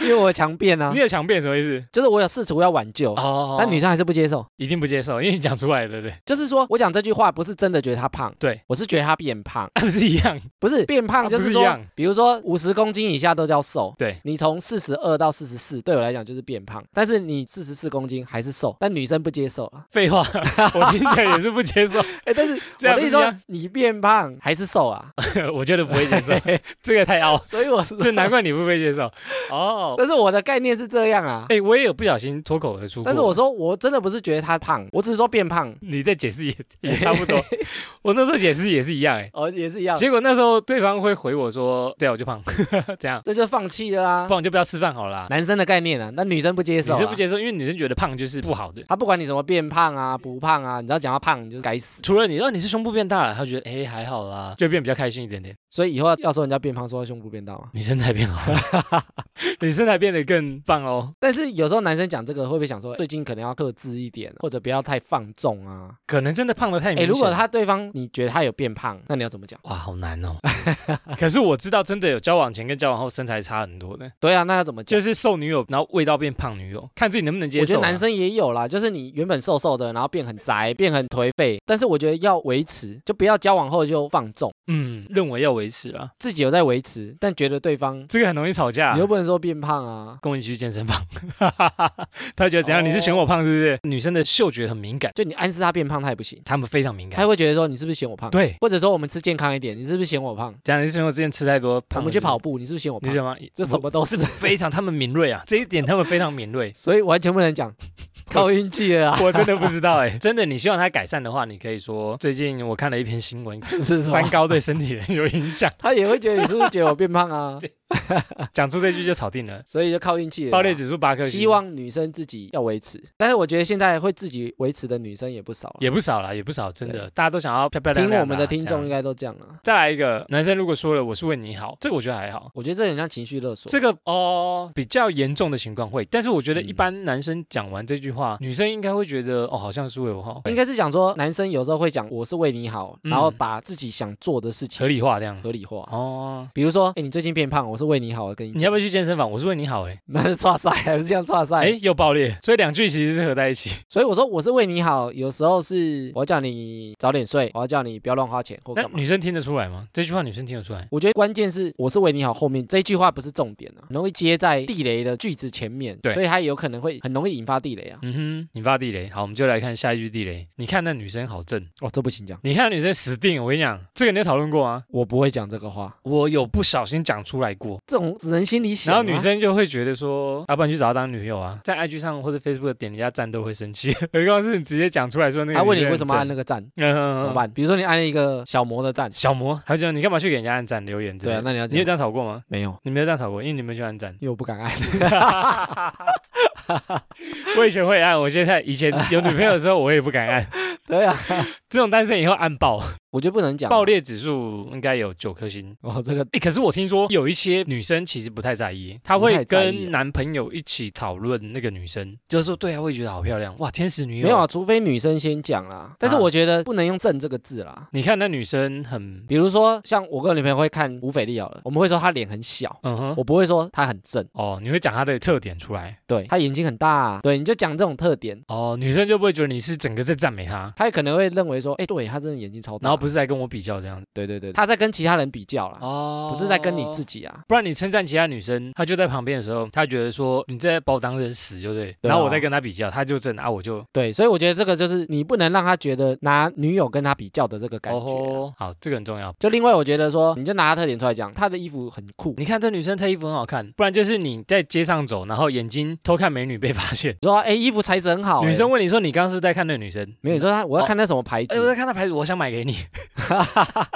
[SPEAKER 2] 因为我强辩啊
[SPEAKER 1] 你，有强辩什么意思？
[SPEAKER 2] 就是我有试图要挽救，
[SPEAKER 1] 哦，
[SPEAKER 2] 但女生还是不接受。
[SPEAKER 1] 一定不接受，因为你讲出来了，对不对？
[SPEAKER 2] 就是说我讲这句话不是真的觉得她胖，
[SPEAKER 1] 对
[SPEAKER 2] 我是觉得她变胖，
[SPEAKER 1] 啊，不是一样，
[SPEAKER 2] 不是变
[SPEAKER 1] 啊
[SPEAKER 2] 胖，就
[SPEAKER 1] 不
[SPEAKER 2] 是
[SPEAKER 1] 是
[SPEAKER 2] 说，
[SPEAKER 1] 一样
[SPEAKER 2] 比如说五十公斤以下都叫瘦。
[SPEAKER 1] 对。
[SPEAKER 2] 你从四十二到四十四，对我来讲就是变胖，但是你四十四公斤还是瘦，但女生不接受 啊。
[SPEAKER 1] 废话，我听起来也是不接受，
[SPEAKER 2] 哎，但是
[SPEAKER 1] 这样
[SPEAKER 2] 我的
[SPEAKER 1] 不
[SPEAKER 2] 意
[SPEAKER 1] 是
[SPEAKER 2] 思
[SPEAKER 1] 一
[SPEAKER 2] 说
[SPEAKER 1] 样，
[SPEAKER 2] 你变胖还是瘦啊，
[SPEAKER 1] 我觉得不会接受，这个太 凹，
[SPEAKER 2] 所以我是，
[SPEAKER 1] 这难怪你不被接受。 哦，
[SPEAKER 2] 但是我的概念是这样啊。
[SPEAKER 1] 哎，我也有不小心脱口而出过，
[SPEAKER 2] 但是我说我真的不是觉得她胖，我只是说变胖，
[SPEAKER 1] 你的解 释也也差不多，我那时候解释也是一样，哎，
[SPEAKER 2] 哦也是一样，
[SPEAKER 1] 结果那时候对方会回我说，对啊，我就 胖，这样，
[SPEAKER 2] 这就放弃了啊
[SPEAKER 1] 不。然我就不要吃饭好 了啦。
[SPEAKER 2] 男生的概念啊，那女生不接受、
[SPEAKER 1] 女
[SPEAKER 2] 啊，
[SPEAKER 1] 生不，接受，因为女生觉得胖就是不好的。
[SPEAKER 2] 她不管你什么变胖啊、不胖啊，你只要讲到胖，你就是该死。
[SPEAKER 1] 除了你，哦，你是胸部变大了，她觉得哎还好啦， 就变比较开心一点点。
[SPEAKER 2] 所以以后要说人家变胖，说胸部变大嘛。
[SPEAKER 1] 你身材变好了， 你身材变得更棒哦。
[SPEAKER 2] 但是有时候男生讲这个，会不会想说最近可能要克制一点，啊或者不要太放纵啊？
[SPEAKER 1] 可能真的胖的太明
[SPEAKER 2] 哎，
[SPEAKER 1] 显。
[SPEAKER 2] 如果他对方你觉得他有变胖，那你要怎么讲？
[SPEAKER 1] 哇，好难哦。 可是我知道，真的有交往前跟交往后身材差很多的，
[SPEAKER 2] 对啊，那要怎么讲？
[SPEAKER 1] 就是瘦女友，然后味道变胖女友，看自己能不能接
[SPEAKER 2] 我觉
[SPEAKER 1] 受啊、
[SPEAKER 2] 得男生也有啦，就是你原本瘦瘦的，然后变很宅，变很颓废，但是我觉得要维持，就不要交往后就放纵，
[SPEAKER 1] 嗯，认为要维持啊，
[SPEAKER 2] 自己有在维持，但觉得对方
[SPEAKER 1] 这个很容易吵架、
[SPEAKER 2] 你又不能说变胖啊，
[SPEAKER 1] 跟我一起去健身房， 他觉得怎样？你是嫌我胖是不是？
[SPEAKER 2] 哦
[SPEAKER 1] 女生的嗅觉很敏感，
[SPEAKER 2] 就你暗示他变胖，他也不行。
[SPEAKER 1] 她们非常敏感。
[SPEAKER 2] 他会觉得说你是不是嫌我胖？，
[SPEAKER 1] 对，
[SPEAKER 2] 或者说我们吃健康一点，你是不是嫌我胖？
[SPEAKER 1] 这样你是嫌我之前吃太多胖？
[SPEAKER 2] 我们去跑，步，你是不是嫌我
[SPEAKER 1] 你
[SPEAKER 2] 胖
[SPEAKER 1] 知？道吗？
[SPEAKER 2] 这什么都是，。
[SPEAKER 1] 非常，他们敏锐啊，这一点他们非常敏 锐
[SPEAKER 2] 所以完全不能讲，靠运气 了啊！
[SPEAKER 1] 我真的不知道哎、真的，你希望他改善的话，你可以说最近我看了一篇新闻，
[SPEAKER 2] 是什么
[SPEAKER 1] 三？高对身体很有影响
[SPEAKER 2] 。他也会觉得你是不是觉得我变胖啊？
[SPEAKER 1] 讲出这句就吵定了。
[SPEAKER 2] 所以就靠运气了啦。
[SPEAKER 1] 爆裂指数八颗星，
[SPEAKER 2] 啊希望女生自己要维持，但是我觉得现在会自己维持的女生也不少了。
[SPEAKER 1] 也不少啦，也不少，真的，大家都想要漂漂亮
[SPEAKER 2] 听
[SPEAKER 1] 亮啦。
[SPEAKER 2] 我们的听众
[SPEAKER 1] 这样，
[SPEAKER 2] 应该都这样啊了。
[SPEAKER 1] 再来一个男生，如果说了我是为你好，这个我觉得还好。
[SPEAKER 2] 我觉得这很像情绪勒索。
[SPEAKER 1] 这个哦，比较严重的情况会，但是我觉得一
[SPEAKER 2] 嗯
[SPEAKER 1] 般男生讲完这句话，女生应该会觉得哦，好像是为我好，
[SPEAKER 2] 应该是讲说，男生有时候会讲我是为你好，
[SPEAKER 1] 嗯
[SPEAKER 2] 然后把自己想做的事情
[SPEAKER 1] 合理化这样。
[SPEAKER 2] 合理化。
[SPEAKER 1] 哦，
[SPEAKER 2] 比如说，哎，你最近变胖，我是为你好，我跟你
[SPEAKER 1] 你
[SPEAKER 2] 讲，
[SPEAKER 1] 要不要去健身房？我是为你好，哎，
[SPEAKER 2] 那是差赛，还是这样差
[SPEAKER 1] 哎，
[SPEAKER 2] 赛？
[SPEAKER 1] 又爆裂，所以两句其实是合在一起。
[SPEAKER 2] 所以我说我是为你好，有时候是我要叫你早点睡，我要叫你不要乱花钱或
[SPEAKER 1] 那
[SPEAKER 2] 干嘛
[SPEAKER 1] 女。生听得出来吗？这句话女生听得出来。
[SPEAKER 2] 我觉得关键是我是为你好，后面这句话不是重点啊，很容易接在地雷的句子前面，
[SPEAKER 1] 对
[SPEAKER 2] 所以它有可能会很容易引发地雷啊。
[SPEAKER 1] 嗯哼，引发地雷。好，我们就来看下一句地雷。你看那女生好正，
[SPEAKER 2] 哦，这不行讲，
[SPEAKER 1] 你看那女生死定。我跟你讲，这个你有讨论过啊？
[SPEAKER 2] 我不会讲这个话，
[SPEAKER 1] 我有不小心讲出来过，
[SPEAKER 2] 这种只能心里想
[SPEAKER 1] 然
[SPEAKER 2] 啊、
[SPEAKER 1] 后女生就会觉得说，要、不然你去找她当女友啊，在 IG 上或者 Facebook 点人家赞都会生气。 何况是你直接讲出来说那个，
[SPEAKER 2] 她问你为什么按那
[SPEAKER 1] 个，
[SPEAKER 2] 个赞，
[SPEAKER 1] 嗯嗯
[SPEAKER 2] 怎么
[SPEAKER 1] 嗯
[SPEAKER 2] 办？比如说你按了一个小魔的赞，
[SPEAKER 1] 小魔，他就讲你干嘛去给人家按赞留言之类
[SPEAKER 2] 对
[SPEAKER 1] 的？
[SPEAKER 2] 啊，那你要
[SPEAKER 1] 你有
[SPEAKER 2] 讲
[SPEAKER 1] 这样吵过吗？
[SPEAKER 2] 没有？。
[SPEAKER 1] 你没有这样吵过，因为你没有去按赞
[SPEAKER 2] 因为我不 敢按，
[SPEAKER 1] 我以前会按，我现在以前有女朋友的时候，我也不敢按。
[SPEAKER 2] 对啊，
[SPEAKER 1] 这种单身以后按爆，
[SPEAKER 2] 我觉得不能讲
[SPEAKER 1] 爆裂指数应该有九颗星。
[SPEAKER 2] 哦，这个
[SPEAKER 1] 哎、可是我听说有一些女生其实不太在意，她
[SPEAKER 2] 不
[SPEAKER 1] 会
[SPEAKER 2] 太在意
[SPEAKER 1] 跟
[SPEAKER 2] 啊
[SPEAKER 1] 男朋友一起讨论那个女生，就是说对啊，我也觉得好漂亮，哇，天使女友。
[SPEAKER 2] 没有啊，除非女生先讲啦，但是
[SPEAKER 1] 啊
[SPEAKER 2] 我觉得不能用“正”这个字啦。
[SPEAKER 1] 你看那女生很，
[SPEAKER 2] 比如说，像我跟我女朋友会看吴斐丽好了，我们会说她脸很小，
[SPEAKER 1] 嗯哼，
[SPEAKER 2] 我不会说她很正，
[SPEAKER 1] 哦，你会讲她的特点出来，
[SPEAKER 2] 对，她眼睛很大、啊对，你就讲这种特点，
[SPEAKER 1] 哦，女生就不会觉得你是整个在赞美她，
[SPEAKER 2] 她也可能会认为说，哎，对，她真的眼睛超大，
[SPEAKER 1] 然后不是在跟我比较这样子，
[SPEAKER 2] 对对对，她在跟其他人比较啦，
[SPEAKER 1] 哦
[SPEAKER 2] 不是在跟你自
[SPEAKER 1] 己。
[SPEAKER 2] 己啊，
[SPEAKER 1] 不然你称赞其他女生，她就在旁边的时候，她觉得说你在把我当人死，就对。
[SPEAKER 2] 对啊
[SPEAKER 1] 然后我再跟她比较，她就正啊，我就
[SPEAKER 2] 对，所以我觉得这个就是你不能让她觉得拿女友跟她比较的这个感觉啊、
[SPEAKER 1] 哦吼好，这个很重要。
[SPEAKER 2] 就另外，我觉得说，你就拿她特点出来讲，她的衣服很酷，
[SPEAKER 1] 你看这女生穿衣服很好看，不然就是你在街上走，然后眼睛偷看美女被发现。
[SPEAKER 2] 你说，哎，衣服材质很好、
[SPEAKER 1] 女
[SPEAKER 2] 诶
[SPEAKER 1] 生问你说你刚刚是不是在看那个女生？
[SPEAKER 2] 哎没有，你说她我要看那什么牌子，
[SPEAKER 1] 哎，我在看她牌子，我想买给 你，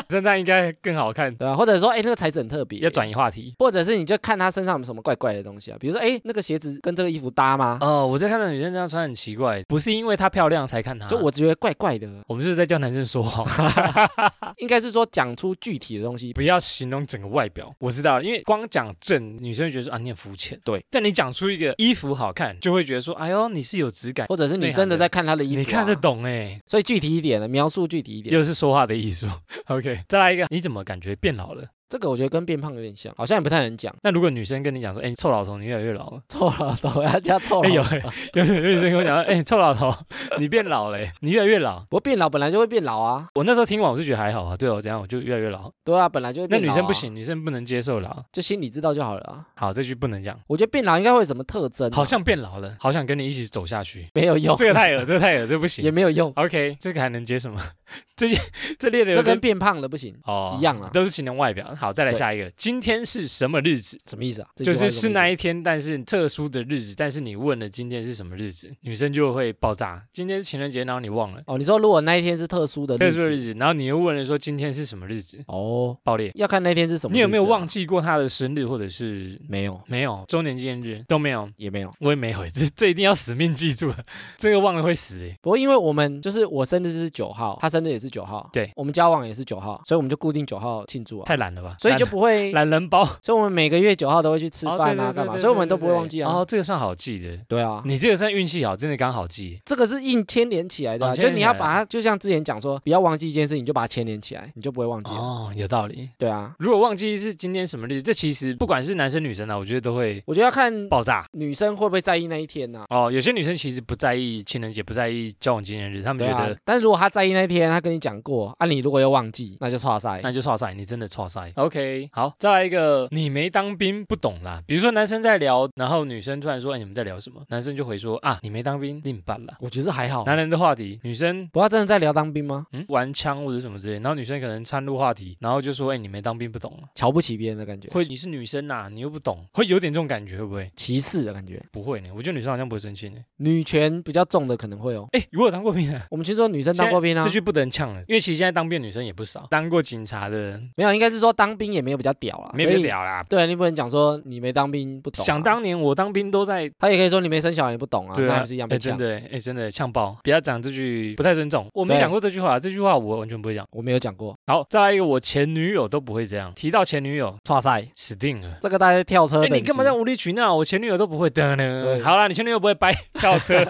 [SPEAKER 1] 真的应该更好看。
[SPEAKER 2] 对吧、或者说，哎、那个材质很特别，
[SPEAKER 1] 要转移话题。
[SPEAKER 2] 或者是你就看她身上有什么怪怪的东西啊，比如说，哎、那个鞋子跟这个衣服搭吗？
[SPEAKER 1] 哦，我在看那女生这样穿很奇怪，不是因为她漂亮才看她。
[SPEAKER 2] 就我觉得怪怪的，啊
[SPEAKER 1] 我们是不是在教男生说谎，啊
[SPEAKER 2] 应该是说讲出具体的东西。
[SPEAKER 1] 不要形容整个外表。我知道了，因为光讲正，女生会觉得说啊你很肤浅。
[SPEAKER 2] 对，
[SPEAKER 1] 但你讲出一个衣服好看，就会觉得说哎呦你是有质感，
[SPEAKER 2] 或者是
[SPEAKER 1] 内
[SPEAKER 2] 你
[SPEAKER 1] 涵
[SPEAKER 2] 真的
[SPEAKER 1] 的
[SPEAKER 2] 在看她的衣服、啊
[SPEAKER 1] 你看得，懂哎。
[SPEAKER 2] 所以具体一点的描述具体一点，
[SPEAKER 1] 又是说话的艺术。OK，再来一个，你怎么感觉变老了？
[SPEAKER 2] 这个我觉得跟变胖有点像，好像也不太能讲。
[SPEAKER 1] 那如果女生跟你讲说，哎、你臭老头，你越来越老了。
[SPEAKER 2] 臭老头， 要加臭
[SPEAKER 1] 哎、
[SPEAKER 2] 老
[SPEAKER 1] 有
[SPEAKER 2] 头。
[SPEAKER 1] 有 有女生跟我讲说，哎、臭老头， 你变老了、哎你越来越老。
[SPEAKER 2] 不过变老本来就会变老啊，
[SPEAKER 1] 我那时候听完我是觉得还好啊，对哦，怎样我就越来越老。
[SPEAKER 2] 对啊，本来就会
[SPEAKER 1] 那
[SPEAKER 2] 变老、
[SPEAKER 1] 女生不，行，女生不能接受老。
[SPEAKER 2] 就心里知道就好了啊。
[SPEAKER 1] 好，这句不能讲。
[SPEAKER 2] 我觉得变老应该会有什么特征啊、
[SPEAKER 1] 好像变老了，好想跟你一起走下 去。
[SPEAKER 2] 没有用，
[SPEAKER 1] 这个太恶，这个太恶，这个不
[SPEAKER 2] 也
[SPEAKER 1] 行。
[SPEAKER 2] 没有用，
[SPEAKER 1] OK，这个还能接什么？ 这些这列的有
[SPEAKER 2] 这跟
[SPEAKER 1] 点
[SPEAKER 2] 变胖了不行，
[SPEAKER 1] 哦
[SPEAKER 2] 一样啊
[SPEAKER 1] 都是形容外表。好，再来
[SPEAKER 2] 对
[SPEAKER 1] 下一个，今天是什么日子？
[SPEAKER 2] 什么意思啊？这句
[SPEAKER 1] 就
[SPEAKER 2] 话
[SPEAKER 1] 是
[SPEAKER 2] 什
[SPEAKER 1] 是
[SPEAKER 2] 么
[SPEAKER 1] 那
[SPEAKER 2] 意
[SPEAKER 1] 一天，但是特殊的日子，但是你问了今天是什么日子，女生就会爆炸。今天是情人节，然后你忘了
[SPEAKER 2] 思哦，你说如果那一天是特殊的
[SPEAKER 1] 特
[SPEAKER 2] 日
[SPEAKER 1] 殊的日
[SPEAKER 2] 子，
[SPEAKER 1] 子，然后你又问了说今天是什么日子，
[SPEAKER 2] 哦，
[SPEAKER 1] 爆裂。
[SPEAKER 2] 要看那天是什么、啊
[SPEAKER 1] 你有没有忘？记过她的生日或者是
[SPEAKER 2] 没有，
[SPEAKER 1] 没有周年纪念日都没有？
[SPEAKER 2] 也没有。
[SPEAKER 1] 我也没有， 这这一定要死命记住， 这个忘了会死欸。
[SPEAKER 2] 不过因为我们就是我生日是九号，他生日也是九号，
[SPEAKER 1] 对
[SPEAKER 2] 我们交往也是九号，所以我们就固定九号庆祝啊，
[SPEAKER 1] 太懒了吧？
[SPEAKER 2] 所以就
[SPEAKER 1] 懒
[SPEAKER 2] 不会，
[SPEAKER 1] 懒人包
[SPEAKER 2] 所以我们每个月九号都会去吃
[SPEAKER 1] 哦
[SPEAKER 2] 饭
[SPEAKER 1] 对对
[SPEAKER 2] 啊，
[SPEAKER 1] 对
[SPEAKER 2] 干嘛，
[SPEAKER 1] 对
[SPEAKER 2] 所以我们
[SPEAKER 1] 对
[SPEAKER 2] 都不会
[SPEAKER 1] 对
[SPEAKER 2] 忘记啊
[SPEAKER 1] 哦，。这个算好记的。
[SPEAKER 2] 对啊，
[SPEAKER 1] 你这个算运气好，真的刚好记。
[SPEAKER 2] 这个是硬牵连起来的啊、
[SPEAKER 1] 哦牵
[SPEAKER 2] 就
[SPEAKER 1] 连
[SPEAKER 2] 你
[SPEAKER 1] 起
[SPEAKER 2] 要
[SPEAKER 1] 来
[SPEAKER 2] 把它，就像之前讲说，不要忘记一件事情，你就把它牵连起来，你就不会忘记了。啊
[SPEAKER 1] 哦，有道理。
[SPEAKER 2] 对啊，
[SPEAKER 1] 如果忘记是今天什么日子，这其实不管是男生女生啊，我觉得都会
[SPEAKER 2] 我觉得要看
[SPEAKER 1] 爆炸。
[SPEAKER 2] 女生会不会在意那一天啊呐、
[SPEAKER 1] 哦，有些女生其实不在意情人节，不在意交往纪念日，她们
[SPEAKER 2] 对
[SPEAKER 1] 觉
[SPEAKER 2] 啊
[SPEAKER 1] 得，
[SPEAKER 2] 但是如果她在意那一天，她跟你讲过，啊，你如果又忘记，那就错赛。
[SPEAKER 1] 哎那就错赛，你真的错赛。OK，好，再来一个，你没当兵不懂啦。比如说男生在聊，然后女生突然说：“哎，你们在聊什么？”男生就回说：“啊，你没当兵，另办啦。
[SPEAKER 2] 我觉得还”好。
[SPEAKER 1] 男人的话题，女生。
[SPEAKER 2] 不要真的在聊当兵吗？
[SPEAKER 1] 嗯，玩枪或者什么之类，然后女生可能掺入话题，然后就说：“哎、你没当兵不懂啊，
[SPEAKER 2] 瞧不起别人的感觉，
[SPEAKER 1] 会你是女生呐、啊你又不懂，会有点这种感觉，会不会？
[SPEAKER 2] 歧视的感觉。
[SPEAKER 1] 不会呢，我觉得女生好像不会生气 呢。
[SPEAKER 2] 女权比较重的可能会哦。
[SPEAKER 1] 哎，我有当过 兵啊，
[SPEAKER 2] 我们听说女生当过兵啊
[SPEAKER 1] 这，句不能呛了，因为其实现在当兵的女生也不少，当过警察的
[SPEAKER 2] 没有，应该是说当当兵也没有比较屌啦，
[SPEAKER 1] 没
[SPEAKER 2] 所
[SPEAKER 1] 有
[SPEAKER 2] 以。
[SPEAKER 1] 聊啦。
[SPEAKER 2] 对你不能讲说你没当兵啊不懂啊、
[SPEAKER 1] 想当年我当兵都在，
[SPEAKER 2] 他也可以说你没生小孩你不懂啊，
[SPEAKER 1] 对
[SPEAKER 2] 那
[SPEAKER 1] 啊，
[SPEAKER 2] 还不是一样被
[SPEAKER 1] 哎真
[SPEAKER 2] 呛？
[SPEAKER 1] 的哎、真的呛爆！不要讲这句不太尊重，我没
[SPEAKER 2] 对
[SPEAKER 1] 讲过这句话，这句话我完全不会讲。
[SPEAKER 2] 我没有讲过，
[SPEAKER 1] 好，再来一个，我前女友都不会这样。提到前女友，
[SPEAKER 2] 哇塞，
[SPEAKER 1] 死定了。
[SPEAKER 2] 这个大家跳车
[SPEAKER 1] 哎、
[SPEAKER 2] 等级、
[SPEAKER 1] 你干嘛在无理取闹？我前女友都不会的呢
[SPEAKER 2] 对。
[SPEAKER 1] 好啦，你前女友不会掰跳车，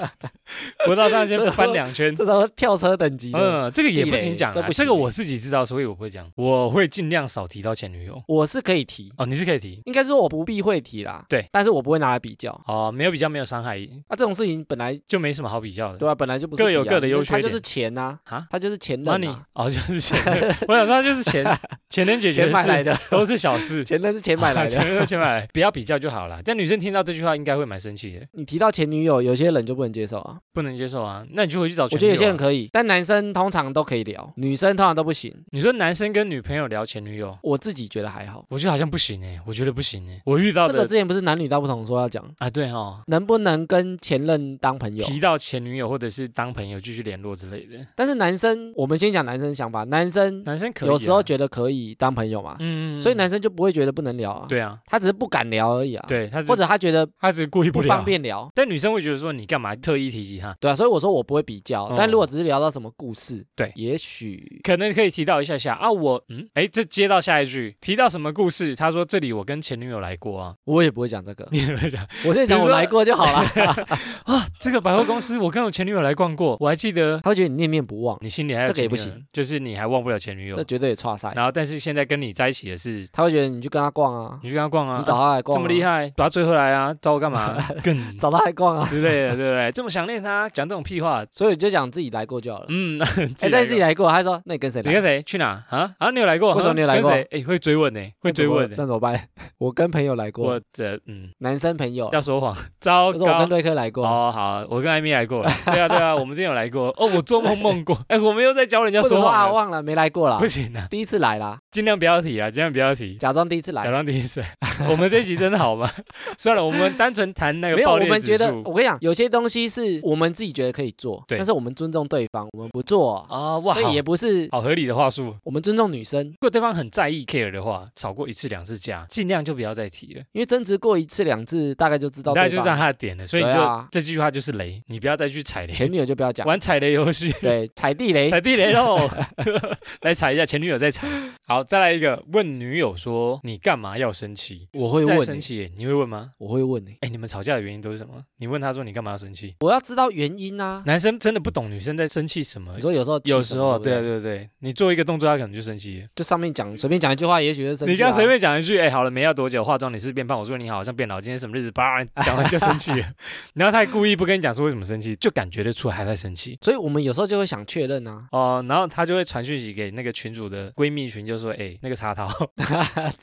[SPEAKER 1] 国道上先翻两圈。
[SPEAKER 2] 这种跳车等级的？
[SPEAKER 1] 嗯，这个也不行讲
[SPEAKER 2] 地雷
[SPEAKER 1] 啊
[SPEAKER 2] 这，不行
[SPEAKER 1] 这个我自己知道，所以我不会讲，我会尽量少提到前女友。
[SPEAKER 2] 我是可以提，
[SPEAKER 1] 哦，你是可以提
[SPEAKER 2] 应该说我不避讳提啦。
[SPEAKER 1] 对，
[SPEAKER 2] 但是我不会拿来比较。
[SPEAKER 1] 哦，没有比较，没有伤害，
[SPEAKER 2] 啊，这种事情本来
[SPEAKER 1] 就没什么好比较的。
[SPEAKER 2] 对啊，本来就不是
[SPEAKER 1] 各有
[SPEAKER 2] 比较
[SPEAKER 1] 各的优缺
[SPEAKER 2] 他就
[SPEAKER 1] 点
[SPEAKER 2] 是钱呐、
[SPEAKER 1] 啊
[SPEAKER 2] 他就是前任、
[SPEAKER 1] ，money
[SPEAKER 2] 啊，
[SPEAKER 1] 哦，就是钱，我想说就是钱，钱能解决
[SPEAKER 2] 钱
[SPEAKER 1] 的
[SPEAKER 2] 买来
[SPEAKER 1] 事，
[SPEAKER 2] 的，
[SPEAKER 1] 都是小事。
[SPEAKER 2] 前任是钱买来 的。
[SPEAKER 1] 钱都钱买来，不要比较就好了。但女生听到这句话应该会蛮生气的，
[SPEAKER 2] 你提到前女友，有些人就不能接受啊。
[SPEAKER 1] 不能接受啊。那你就回去找
[SPEAKER 2] 我
[SPEAKER 1] 前
[SPEAKER 2] 觉
[SPEAKER 1] 女
[SPEAKER 2] 得
[SPEAKER 1] 友啊。
[SPEAKER 2] 有些人可以，但男生通常都可以聊，女生通常都不行。
[SPEAKER 1] 你说男生跟女朋友聊前女友，
[SPEAKER 2] 我自己觉得还好。
[SPEAKER 1] 我觉得好像不行哎、我觉得不行哎、我遇到
[SPEAKER 2] 这个
[SPEAKER 1] 的
[SPEAKER 2] 之前不是男女大不同说要讲，
[SPEAKER 1] 啊，对哦，
[SPEAKER 2] 能不能跟前任当朋友？
[SPEAKER 1] 提到前女友或者是当朋友继续联络之类的，
[SPEAKER 2] 但是男生，我们先讲男生想法，男生
[SPEAKER 1] 男生可以、啊、
[SPEAKER 2] 有时候觉得可以当朋友嘛，
[SPEAKER 1] 嗯，嗯
[SPEAKER 2] 所以男生就不会觉得不能聊啊，
[SPEAKER 1] 嗯，对啊，
[SPEAKER 2] 他只是不敢聊而已啊，，
[SPEAKER 1] 对，他只
[SPEAKER 2] 或者他觉得
[SPEAKER 1] 他只是故意
[SPEAKER 2] 不
[SPEAKER 1] 聊
[SPEAKER 2] 方，便聊。
[SPEAKER 1] 但女生会觉得说你干嘛特意提及他？
[SPEAKER 2] 对啊，所以我说我不会比较，
[SPEAKER 1] 哦
[SPEAKER 2] 但如果只是聊到什么故事，
[SPEAKER 1] 对
[SPEAKER 2] 也许
[SPEAKER 1] 可能可以提到一下下啊，我嗯，哎，这接到下一句，提到什么故事？他说这里我跟前女友来过啊，
[SPEAKER 2] 我也不会讲这个，
[SPEAKER 1] 你有没有讲
[SPEAKER 2] 我就讲
[SPEAKER 1] 比
[SPEAKER 2] 我
[SPEAKER 1] 如说
[SPEAKER 2] 来过就好 了。
[SPEAKER 1] 啊？这个百货公司我跟我前女友来逛过，我还记得，
[SPEAKER 2] 他会觉得你念念不忘，
[SPEAKER 1] 你心里还有
[SPEAKER 2] 这个也
[SPEAKER 1] 前女
[SPEAKER 2] 不
[SPEAKER 1] 友
[SPEAKER 2] 行，
[SPEAKER 1] 就是你还忘不了前女
[SPEAKER 2] 这
[SPEAKER 1] 友，
[SPEAKER 2] 绝对也差赛。
[SPEAKER 1] 然后但是现在跟你在一起的是
[SPEAKER 2] 他会觉得你去跟他逛啊，
[SPEAKER 1] 你去跟他逛啊，
[SPEAKER 2] 你找他来逛、
[SPEAKER 1] 这么厉
[SPEAKER 2] 害，
[SPEAKER 1] 害，把他追回来啊，找我干嘛？更
[SPEAKER 2] 找他来逛啊，
[SPEAKER 1] 之类的，对不对？这么想念他，讲这种屁话，
[SPEAKER 2] 所以就讲自己来过 就好了。
[SPEAKER 1] 嗯，
[SPEAKER 2] 哎，但是自己来过，他说那你跟谁
[SPEAKER 1] 你
[SPEAKER 2] 来？
[SPEAKER 1] 跟谁去哪啊？啊，你有来过？
[SPEAKER 2] 为什么你有来过
[SPEAKER 1] 跟谁？哎，会追问呢，会追问呢。
[SPEAKER 2] 那怎么办？我跟朋友来过，
[SPEAKER 1] 我这嗯，
[SPEAKER 2] 男生朋友，
[SPEAKER 1] 要说谎，糟
[SPEAKER 2] 我说我
[SPEAKER 1] 糕
[SPEAKER 2] 跟。瑞克来过，
[SPEAKER 1] 哦，好，我跟艾米来过了，对啊，对啊，我 们之前有来过。哦，我做梦梦 过，哎，我们又在教人家
[SPEAKER 2] 或者
[SPEAKER 1] 说
[SPEAKER 2] 说啊
[SPEAKER 1] 谎了，
[SPEAKER 2] 忘了没来过 啦
[SPEAKER 1] 不，行啊，
[SPEAKER 2] 第一次来啦，
[SPEAKER 1] 尽量不要提啊，尽量不要 提，
[SPEAKER 2] 假装第一次
[SPEAKER 1] 假
[SPEAKER 2] 来。
[SPEAKER 1] 装第一次。 我们这集真的好吗？ 算了，我们单纯谈那
[SPEAKER 2] 没
[SPEAKER 1] 个
[SPEAKER 2] 有，
[SPEAKER 1] 爆
[SPEAKER 2] 我
[SPEAKER 1] 裂
[SPEAKER 2] 们
[SPEAKER 1] 指
[SPEAKER 2] 觉得，
[SPEAKER 1] 数
[SPEAKER 2] 我跟你讲，有些东西是我们自己觉得可以做，
[SPEAKER 1] 对
[SPEAKER 2] 但是我们尊重对方，我们不做，
[SPEAKER 1] 啊，哇，
[SPEAKER 2] 所以
[SPEAKER 1] 好
[SPEAKER 2] 也不是哦
[SPEAKER 1] 好合理的话术。
[SPEAKER 2] 我们尊重女生，
[SPEAKER 1] 如果对方很在意 care 的话，吵过一次两次架，尽量就不要再提了。
[SPEAKER 2] 因为争执过一次两次，大概就知道
[SPEAKER 1] 大概
[SPEAKER 2] 对
[SPEAKER 1] 就
[SPEAKER 2] 方
[SPEAKER 1] 知道。他的点了，所以你
[SPEAKER 2] 对
[SPEAKER 1] 就、
[SPEAKER 2] 啊
[SPEAKER 1] 这句话就是雷，你不要再去踩雷，
[SPEAKER 2] 前女友就不要讲，
[SPEAKER 1] 玩踩雷游 戏，
[SPEAKER 2] 对，踩地 雷，
[SPEAKER 1] 踩地雷 喽。来踩一下前女友再踩。好，再来一个，问女友说你干嘛要生气？
[SPEAKER 2] 我会
[SPEAKER 1] 再
[SPEAKER 2] 问
[SPEAKER 1] 生
[SPEAKER 2] 欸，
[SPEAKER 1] 气耶，你会问吗？
[SPEAKER 2] 我会问欸
[SPEAKER 1] 哎，你们吵架的原因都是什么？你问他说你干嘛要生气？
[SPEAKER 2] 我要知道原因啊。
[SPEAKER 1] 男生真的不懂女生在生气什么
[SPEAKER 2] 你。说有时候气
[SPEAKER 1] 有
[SPEAKER 2] 什
[SPEAKER 1] 时
[SPEAKER 2] 么
[SPEAKER 1] 候，
[SPEAKER 2] 不
[SPEAKER 1] 对对对，你做一个动作，他可能就生气了。
[SPEAKER 2] 就上面讲随便讲一句话，也许就生气啊
[SPEAKER 1] 你刚
[SPEAKER 2] 啦
[SPEAKER 1] 随便讲一句，哎、好了，没要多久，化妆你是不是变胖，我说你好像变老，今天什么日子， 叭，讲完就生气了。然后他还故意不跟你讲说为什么生气，就感觉得出来还在生气。
[SPEAKER 2] 所以我们有时候就会想确 认啊，
[SPEAKER 1] 哦，然后他就会传讯息给那个群主的闺蜜群，就说：“哎、那个茶桃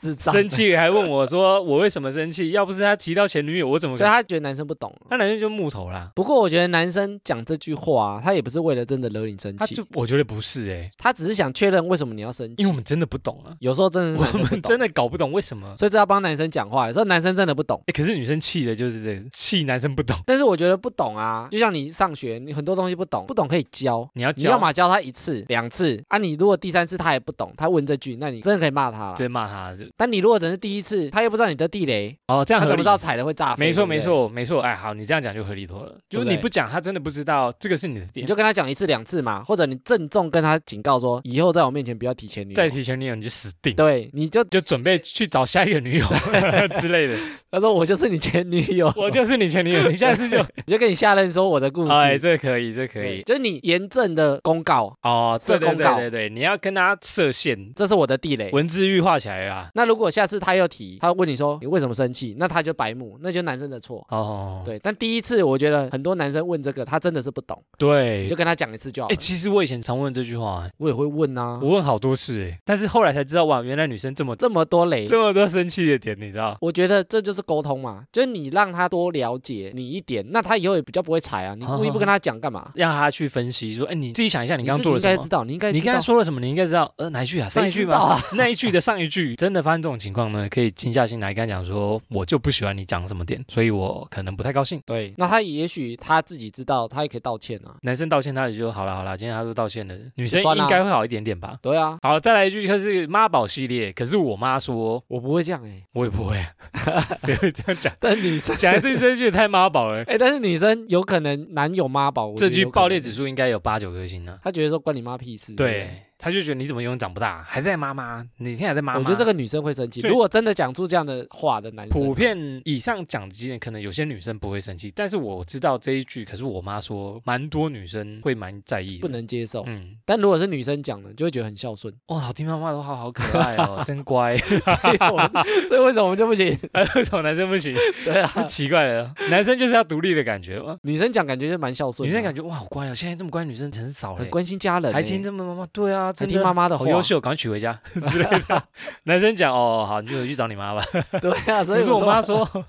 [SPEAKER 2] 智 障。
[SPEAKER 1] 啊生气了，还问我说哎我为什么生气？要不是他提到前女友，我怎么可
[SPEAKER 2] 所以他觉得男生不懂。
[SPEAKER 1] 那男生就木头啦。
[SPEAKER 2] 不过我觉得男生讲这句话、啊，他也不是为了真的惹你生
[SPEAKER 1] 他
[SPEAKER 2] 气，他
[SPEAKER 1] 就我觉得不是哎、
[SPEAKER 2] 只是想确认为什么你要生气
[SPEAKER 1] 因为。我们真的不懂啊，
[SPEAKER 2] 有时候真的是男
[SPEAKER 1] 我
[SPEAKER 2] 生不
[SPEAKER 1] 们
[SPEAKER 2] 懂
[SPEAKER 1] 真，的搞不懂为什么。
[SPEAKER 2] 所以这要帮男生讲话。有时候男生真的不懂，
[SPEAKER 1] 哎、可是女生气的就是这个，气男生不懂。
[SPEAKER 2] 但是我觉得不懂啊，就像你上学，你很多东西不懂，不懂可以教。
[SPEAKER 1] 你要
[SPEAKER 2] 你要
[SPEAKER 1] 教，
[SPEAKER 2] 么教他一次、两次啊，你如果第三次他也不懂，他问这句，那你真的可以骂他
[SPEAKER 1] 直
[SPEAKER 2] 了。
[SPEAKER 1] 接骂他就
[SPEAKER 2] 但你如果只是第一次，他又不知道你的地雷，
[SPEAKER 1] 哦，这样
[SPEAKER 2] 他
[SPEAKER 1] 合
[SPEAKER 2] 怎么
[SPEAKER 1] 理
[SPEAKER 2] 知道踩了会炸飞？
[SPEAKER 1] 没错，
[SPEAKER 2] 对不对
[SPEAKER 1] 没，错，没错。哎，好，你这样讲就合理多了。就
[SPEAKER 2] 对
[SPEAKER 1] 是
[SPEAKER 2] 不对
[SPEAKER 1] 你不讲，他真的不知道这个是你的
[SPEAKER 2] 你
[SPEAKER 1] 点。
[SPEAKER 2] 就跟他讲一次、两次嘛，或者你郑重跟他警告说，以后在我面前不要提前女友。
[SPEAKER 1] 再提前女友你就死定，
[SPEAKER 2] 对，你就
[SPEAKER 1] 就准备去找下一个女友 之类的。
[SPEAKER 2] 他说我就是你前女友，
[SPEAKER 1] 我就是你前女友，你下次就
[SPEAKER 2] 你就跟你下任说我的 故事，
[SPEAKER 1] 哎，这可以，这可
[SPEAKER 2] 对
[SPEAKER 1] 以。
[SPEAKER 2] 就是你严正的公告，
[SPEAKER 1] 哦，对
[SPEAKER 2] 设
[SPEAKER 1] 对
[SPEAKER 2] 公
[SPEAKER 1] 对
[SPEAKER 2] 告
[SPEAKER 1] 对对，你要跟他设限，
[SPEAKER 2] 这是我的地雷。
[SPEAKER 1] 文字狱画起来啦。
[SPEAKER 2] 那如果下次他又提，他问你说你为什么生气，那他就白目，那就男生的错。
[SPEAKER 1] 哦，
[SPEAKER 2] 对，但第一次我觉得很多男生问这个，他真的是不懂，
[SPEAKER 1] 对
[SPEAKER 2] 你就。跟他讲一次就好
[SPEAKER 1] 哎，
[SPEAKER 2] 了。
[SPEAKER 1] 其实我以前常问这句话，哎
[SPEAKER 2] 我也会问啊
[SPEAKER 1] 我，问好多次，哎，但是后来才知道，哇，原来女生这么
[SPEAKER 2] 这么多雷
[SPEAKER 1] 这，么多生气的点，你知道？
[SPEAKER 2] 我觉得这就是沟通嘛，就是你让他多了解你一点，那他以后也比较不会踩啊。你故 意不跟他讲干嘛？
[SPEAKER 1] 让他去分析，说，哎，你自己想一下，你刚刚
[SPEAKER 2] 自
[SPEAKER 1] 做
[SPEAKER 2] 己
[SPEAKER 1] 了
[SPEAKER 2] 应
[SPEAKER 1] 什
[SPEAKER 2] 该
[SPEAKER 1] 么
[SPEAKER 2] 知？道，你应该
[SPEAKER 1] 你
[SPEAKER 2] 知
[SPEAKER 1] 刚才
[SPEAKER 2] 道
[SPEAKER 1] 说了什么？你应该知道，呃，哪一句啊？上一句
[SPEAKER 2] 知道
[SPEAKER 1] 吗？
[SPEAKER 2] 啊
[SPEAKER 1] 那一句的上一句，真的发生这种情况呢，可以静下心来跟他讲说，我就不喜欢你讲什么点，所以我可能不太高兴。
[SPEAKER 2] 对，那他也许他自己知道，他也可以道歉啊。
[SPEAKER 1] 男生道歉，他也就好了，好了，今天他都道歉了，女生
[SPEAKER 2] 算啦
[SPEAKER 1] 应该会好一点点吧。
[SPEAKER 2] 对啊，
[SPEAKER 1] 好，再来一句，就是妈宝系列。可是我妈说，
[SPEAKER 2] 我不会这样 哎、
[SPEAKER 1] 我也不会啊， 谁会这样讲？
[SPEAKER 2] 但女生
[SPEAKER 1] 讲的这这句也太妈宝 了，
[SPEAKER 2] 哎、但是女生有可能男友妈宝，我觉
[SPEAKER 1] 这
[SPEAKER 2] 得
[SPEAKER 1] 句
[SPEAKER 2] 有可
[SPEAKER 1] 爆裂
[SPEAKER 2] 能
[SPEAKER 1] 指，数应该有八九颗星呢。
[SPEAKER 2] 他觉得说关你妈屁事。不
[SPEAKER 1] 对，他就觉得你怎么永远长不大，还在妈妈，你现在还在妈妈。
[SPEAKER 2] 我觉得这个女生会生气。
[SPEAKER 1] 最
[SPEAKER 2] 如果真的讲出这样的话的男
[SPEAKER 1] 普
[SPEAKER 2] 生，
[SPEAKER 1] 遍以上讲的几点，可能有些女生不会生气，但是我知道这一句，可是我妈说，蛮多女生会蛮在意的。
[SPEAKER 2] 不能接受。
[SPEAKER 1] 嗯，
[SPEAKER 2] 但如果是女生讲的，就会觉得很孝 顺。
[SPEAKER 1] 哇、好听妈妈的话好可爱 哦，真乖。
[SPEAKER 2] 所以我们所以为什么我们就不行？
[SPEAKER 1] 为什么男生不 行？
[SPEAKER 2] 对啊，
[SPEAKER 1] 奇怪了，男生就是要独立的感觉嘛。
[SPEAKER 2] 女生讲感觉就蛮孝顺的啊，
[SPEAKER 1] 女生感觉哇，好乖哦，现在这么乖的女生很少了
[SPEAKER 2] 很，关心家人欸，
[SPEAKER 1] 还听这么妈妈？对啊，
[SPEAKER 2] 还
[SPEAKER 1] 真
[SPEAKER 2] 听
[SPEAKER 1] 的
[SPEAKER 2] 妈妈的话，
[SPEAKER 1] 好优。秀，赶快娶 回家之类的。男生讲哦，好，你就回去找你妈吧。
[SPEAKER 2] 对啊， 所
[SPEAKER 1] 可
[SPEAKER 2] 以
[SPEAKER 1] 是我
[SPEAKER 2] 说
[SPEAKER 1] 妈说，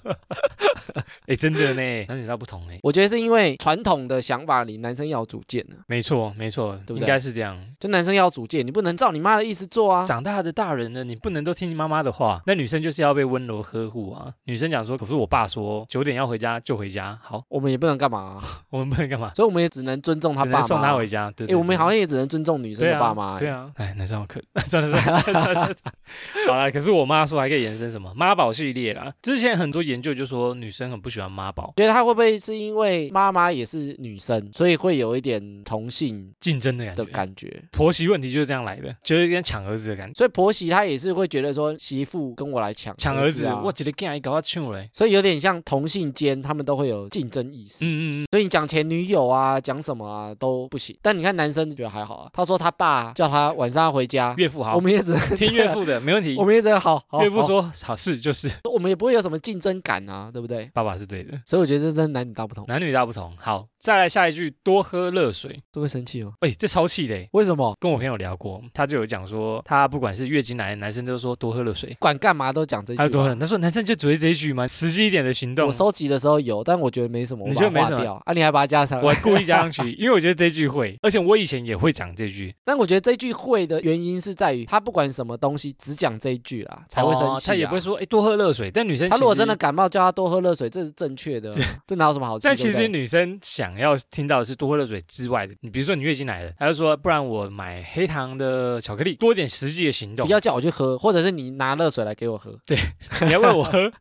[SPEAKER 1] 哎，真的呢，男女大不同欸呢。
[SPEAKER 2] 我觉得是因为传统的想法里，男生要有主见呢、
[SPEAKER 1] 没错，没错，
[SPEAKER 2] 对不对
[SPEAKER 1] 应该是这样。
[SPEAKER 2] 就男生要有主见，你不能照你妈的意思做啊。
[SPEAKER 1] 长大的大人呢，你不能都听你妈妈的话。那女生就是要被温柔呵护啊。女生讲说，可是我爸说九点要回家就回家，好，
[SPEAKER 2] 我们也不能干嘛啊、
[SPEAKER 1] 我们不能干嘛？
[SPEAKER 2] 所以我们也只能尊重他
[SPEAKER 1] 只
[SPEAKER 2] 爸
[SPEAKER 1] 能
[SPEAKER 2] 妈。
[SPEAKER 1] 送他回家。对
[SPEAKER 2] 哎、
[SPEAKER 1] 对
[SPEAKER 2] 我们
[SPEAKER 1] 对
[SPEAKER 2] 好像也只能尊重女生
[SPEAKER 1] 对
[SPEAKER 2] 的
[SPEAKER 1] 啊
[SPEAKER 2] 爸妈、
[SPEAKER 1] 对
[SPEAKER 2] 啊，
[SPEAKER 1] 啊，哎，男生好可， 算了算了算了，算了好了。可是我妈说还可以延伸什么妈宝系列啦。之前很多研究就说女生很不喜欢妈宝，
[SPEAKER 2] 觉得他会不会是因为妈妈也是女生，所以会有一点同性
[SPEAKER 1] 竞争的感
[SPEAKER 2] 的
[SPEAKER 1] 觉，
[SPEAKER 2] 感觉？
[SPEAKER 1] 婆媳问题就是这样来的，就是有点抢儿子的感觉，
[SPEAKER 2] 所以婆媳她也是会觉得说媳妇跟我来抢
[SPEAKER 1] 抢
[SPEAKER 2] 儿
[SPEAKER 1] 儿子，
[SPEAKER 2] 啊
[SPEAKER 1] 我觉得干一搞要抢嘞。
[SPEAKER 2] 所以有点像同性间，他们都会有竞争意识。
[SPEAKER 1] 嗯嗯嗯，
[SPEAKER 2] 所以你讲前女友啊，讲什么啊都不行。但你看男生觉得还好啊，他说他爸叫他晚上要回家，
[SPEAKER 1] 岳父好
[SPEAKER 2] 我，们也只能。
[SPEAKER 1] 听岳父的没问题
[SPEAKER 2] 我们哦也只能好好。
[SPEAKER 1] 岳父
[SPEAKER 2] 好，
[SPEAKER 1] 说好是就是，
[SPEAKER 2] 我们也不会有什么竞争感啊，对不对？
[SPEAKER 1] 爸爸是对的，
[SPEAKER 2] 所以我觉得这真的男女大不同，
[SPEAKER 1] 男女大不同。好，再来下一句，多喝热水。
[SPEAKER 2] 都会生气哦。
[SPEAKER 1] 哎，这超气的欸。
[SPEAKER 2] 为什么？
[SPEAKER 1] 跟我朋友聊过，他就有讲说，他不管是月经来的男生都说多喝热水，
[SPEAKER 2] 管干嘛都讲这句
[SPEAKER 1] 还
[SPEAKER 2] 话。
[SPEAKER 1] 有多狠？他说男生就只会这一句吗？实际一点的行动
[SPEAKER 2] 我。收集的时候有，但我觉得没什么，
[SPEAKER 1] 你
[SPEAKER 2] 我
[SPEAKER 1] 觉得
[SPEAKER 2] 把
[SPEAKER 1] 没
[SPEAKER 2] 它划
[SPEAKER 1] 什么
[SPEAKER 2] 掉啊？你还把它加上来？
[SPEAKER 1] 我故意加上去，因为我觉得这句 会，而且我以前也会讲这句，
[SPEAKER 2] 但我觉得这句会的原因是在于他不管什么东西只讲这一句啦，才会生气、啊
[SPEAKER 1] 哦他也不会。说，哎，多喝热水。但女生
[SPEAKER 2] 他如果
[SPEAKER 1] 其实
[SPEAKER 2] 真的，感冒，叫他多喝热水，这是正确的，啊这哪有什么好气？
[SPEAKER 1] 但其
[SPEAKER 2] 对
[SPEAKER 1] 实
[SPEAKER 2] 不对
[SPEAKER 1] 女生想要听到的是多喝热水之外的，你比如说你月经来了，她就说，不然我买黑糖的巧克力，多一点实际的行动
[SPEAKER 2] 不，要叫我去喝，或者是你拿热水来给我喝，
[SPEAKER 1] 你要喂我 喝，